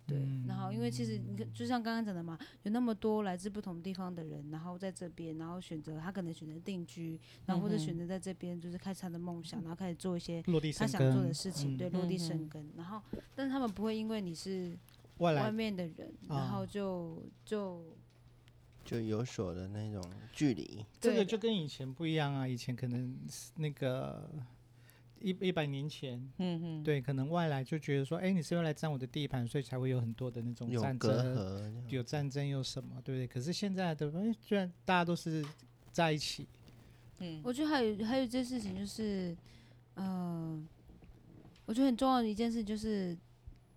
D: 对，
A: 嗯
D: 然后因为其实你看，就像刚刚讲的嘛，有那么多来自不同地方的人，然后在这边，然后选择他可能选择定居，然后或者
B: 嗯哼
D: 选择在这边就是开始他的梦想，然后开始做一些
A: 落地
D: 他
A: 生
D: 想做的
A: 根，
D: 事情，
A: 嗯
D: 对，落地
B: 嗯哼
D: 生根。然后，但是他们不会因为你是
A: 外
D: 外
A: 来
D: 面的人，然
A: 啊
D: 后就就
C: 就有所的那种距离，
A: 这个
D: 对的
A: 就跟以前不一样啊，以前可能是那个一一百年前，
B: 嗯嗯，
A: 对，可能外来就觉得说，哎，你是要来占我的地盘，所以才会有很多的那种
C: 有
A: 战
C: 隔
A: 争，
C: 阂这样，
A: 有战争有什么，对不对？可是现在的，哎，居然大家都是在一起，
B: 嗯，
D: 我觉得还有还有一件事情就是，呃，我觉得很重要的一件事就是，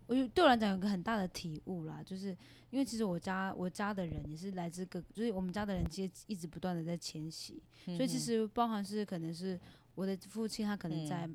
D: 我有对我来讲有个很大的体悟啦，就是因为其实我家我家的人也是来自各，就是我们家的人其实一直不断的在迁徙，
B: 嗯
D: 所以其实包含是可能是我的父亲他可能
B: 嗯
D: 在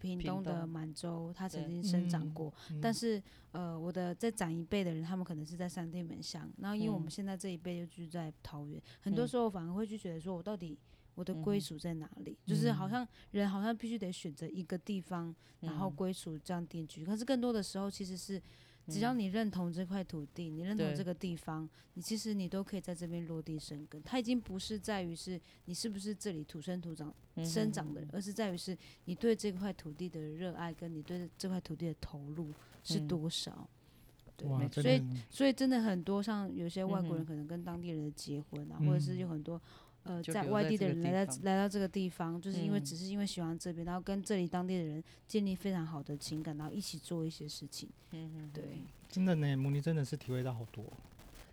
D: 屏
B: 屏
D: 东的
B: 东
D: 满洲，他曾
B: 对
D: 经生长
A: 嗯
D: 过，
A: 嗯
D: 但是呃，我的在长一辈的人，他们可能是在三地门乡，然后因为我们
B: 嗯
D: 现在这一辈就居在桃园，很多
B: 嗯
D: 时候反而会去觉得说，我到底我的
B: 嗯
D: 归
B: 哼
D: 属在哪里？就是好
A: 嗯
D: 像人好像必须得选择一个地方，然后
B: 嗯
D: 归属这样定居。可是更多的时候其实是。只要
B: 嗯
D: 你认同这块土地，你认同
B: 对
D: 这个地方，你其实你都可以在这边落地生根。它已经不是在于是你是不是这里土生土长
B: 嗯
D: 生
B: 哼
D: 长的人，而是在于是你对这块土地的热爱，跟你对这块土地的投入是
B: 嗯
D: 多少。对
A: 哇，
D: 没
A: 真
D: 所以
A: 的
D: 所以真的很多，像有些外国
B: 嗯哼嗯
D: 人可能跟当地人结婚啊，或者是有很多呃
B: 就
D: 在
B: 留
D: 外
B: 在
D: 地
B: 这
D: 的
B: 个
D: 人
B: 地
D: 来到
B: 方
D: 来到这个地方，就是因为
B: 嗯
D: 只是因为喜欢这边，然后跟这里当地的人建立非常好的情感，然后一起做一些事情。
B: 嗯嗯，
D: 对，
A: 真的呢，母尼真的是体会到好多，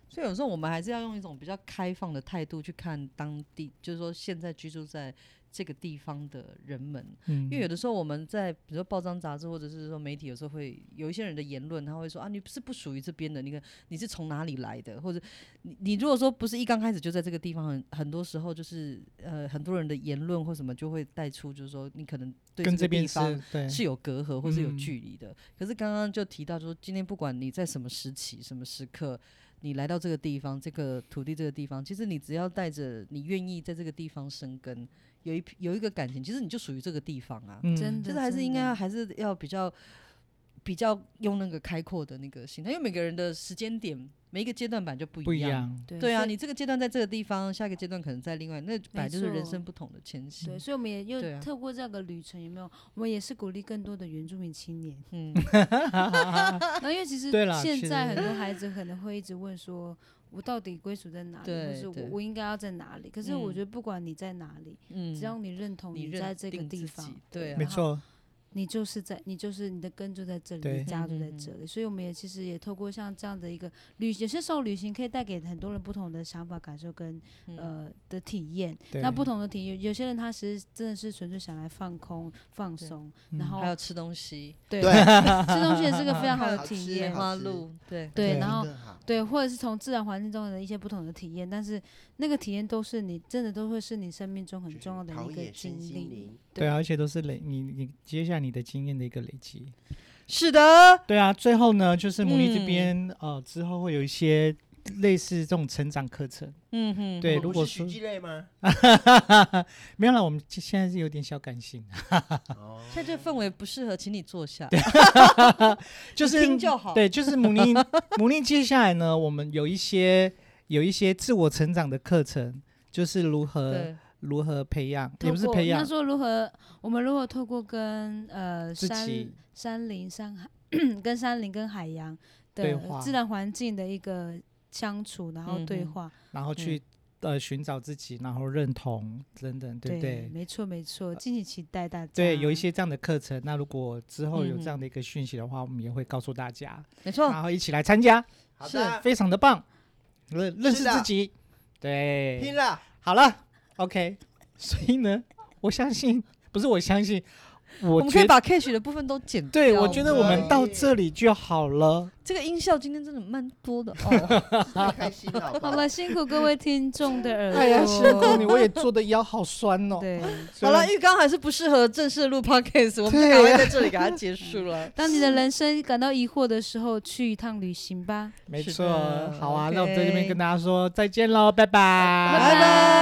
B: 所以有时候我们还是要用一种比较开放的态度去看当地，就是说现在居住在这个地方的人们，
A: 嗯
B: 因为有的时候我们在比如说报章杂志或者是说媒体，有时候会有一些人的言论，他会说啊，你是不属于这边的，你看你是从哪里来的，或者你你如果说不是一刚开始就在这个地方，很很多时候就是呃很多人的言论或什么就会带出，就是说你可能对
A: 跟这
B: 这个地
A: 边
B: 方
A: 是对
B: 是有隔阂或是有
A: 嗯
B: 距离的。可是刚刚就提到说，今天不管你在什么时期、什么时刻，你来到这个地方、这个土地、这个地方，其实你只要带着你愿意在这个地方生根，有一有一个感情，其实你就属于这个地方啊。
A: 嗯
D: 真
B: 就
D: 的
B: 是还是
D: 真
B: 应该
D: 的
B: 还是要比较比较用那个开阔的那个心态，因为每个人的时间点、每一个阶段版就不
A: 不一
B: 一样。
A: 样，
D: 对
B: 对啊，
D: 所以
B: 你这个阶段在这个地方，下一个阶段可能在另外，那本来就是人
D: 错
B: 生不同的迁徙。
D: 对，所以我们也
B: 对
D: 又
B: 啊
D: 透过这个旅程，有没有？我们也是鼓励更多的原住民青年。
B: 嗯，
D: 那因为其实
A: 对啦
D: 现
A: 其
D: 在
A: 实
D: 很多孩子可能会一直问说，我到底归属在哪里，或
B: 对
D: 是我
B: 对
D: 我应该要在哪里？可是我
B: 嗯
D: 觉得不管你在哪里，
B: 嗯
D: 只要你认同
B: 你认
D: 在这个
B: 定
D: 地
B: 自
D: 方
B: 己，对啊
A: 没
D: 然后
A: 错，
D: 你就是在你就是你的根就在这里，
A: 对
D: 你家就在
B: 嗯嗯嗯
D: 这里。所以我们也其实也透过像这样的一个旅，有些时候旅行可以带给很多人不同的想法、感受跟
B: 嗯
D: 呃的体验。
A: 对
D: 那不同的体验，有些人他其实真的是纯粹想来放空、放
B: 对
D: 松，
A: 嗯
D: 然后
B: 还有吃东西，
D: 对，
C: 对
D: 这东西也是个非常好 的
C: 好吃
D: 体
C: 好
D: 验
C: 吃。
B: 花路，对，
D: 对，
A: 对
D: 然后
C: 真的好
D: 对，或者是从自然环境中的一些不同的体验，但是那个体验都是你真的都会是你生命中很
C: 就是
D: 重要的
C: 陶
D: 一个
C: 冶
D: 经
C: 身心
D: 历。
C: 灵，
A: 对啊，而且都是累你你接下你的经验的一个累积。
B: 是的，
A: 对啊，最后呢，就是母力这
B: 嗯
A: 边、呃，之后会有一些类似这种成长课程。
B: 嗯哼，
A: 对，
C: 我
A: 如
C: 不
A: 果
C: 是
A: 说
C: 徐继类吗？
A: 没有了，我们现在是有点小感性，
C: 哦，
B: 现在这氛围不适合，请你坐下，
A: 就是
B: 你 听就好，，
A: 对，就是母力母力接下来呢，我们有一些有一些自我成长的课程，就是如何
B: 对，
A: 如何培养，也
D: 透
A: 不是
D: 过
A: 培
D: 应该
A: 养
D: 说如何，我们如何透过跟呃
A: 自
D: 山
A: 己
D: 山林、山海、 跟山林、跟海洋
A: 对
D: 的
A: 话
D: 自然环境的一个相处，然后对
B: 嗯哼
D: 话，
A: 然后去、呃寻找自己，然后认同等等，对不对？呃
D: 没错没错，敬请期待大家。
A: 对，有一些这样的课程。那如果之后有
B: 嗯哦
A: 这样的一个讯息的话，我们也会告诉大家，
B: 没错，
A: 然后一起来参加。
C: 好
B: 是
C: 的，
A: 非常的棒，认认识
C: 是的
A: 自己，
C: 拼
A: 对，
C: 了，
A: 好了，OK。所以呢，我相信，不是我相信，
B: 我
A: 我
B: 们可
A: 觉
B: 以
A: 得，
B: 把 cash 的部分都剪掉，
A: 对我觉得我们
C: 对
A: 到这里就好了。
B: 这个音效今天真的蛮多的哦，
C: 太开心了，好不
D: 好
C: 好
D: 了，辛苦各位听众的耳朵。
A: 哎呀，辛苦 你，我也坐的腰好酸哦。
D: 对，。
A: 虽
B: 好
A: 然
B: 了，浴缸还是不适合正式录 podcast，我们就
A: 对
B: 赶快在这里给它结束了
D: 当你的人生感到疑惑的时候，去一趟旅行吧。
A: 没
B: 是
A: 错
B: 的，
A: 好啊，那我们在这边
B: OK
A: 跟大家说再见喽，拜拜，
B: 拜拜。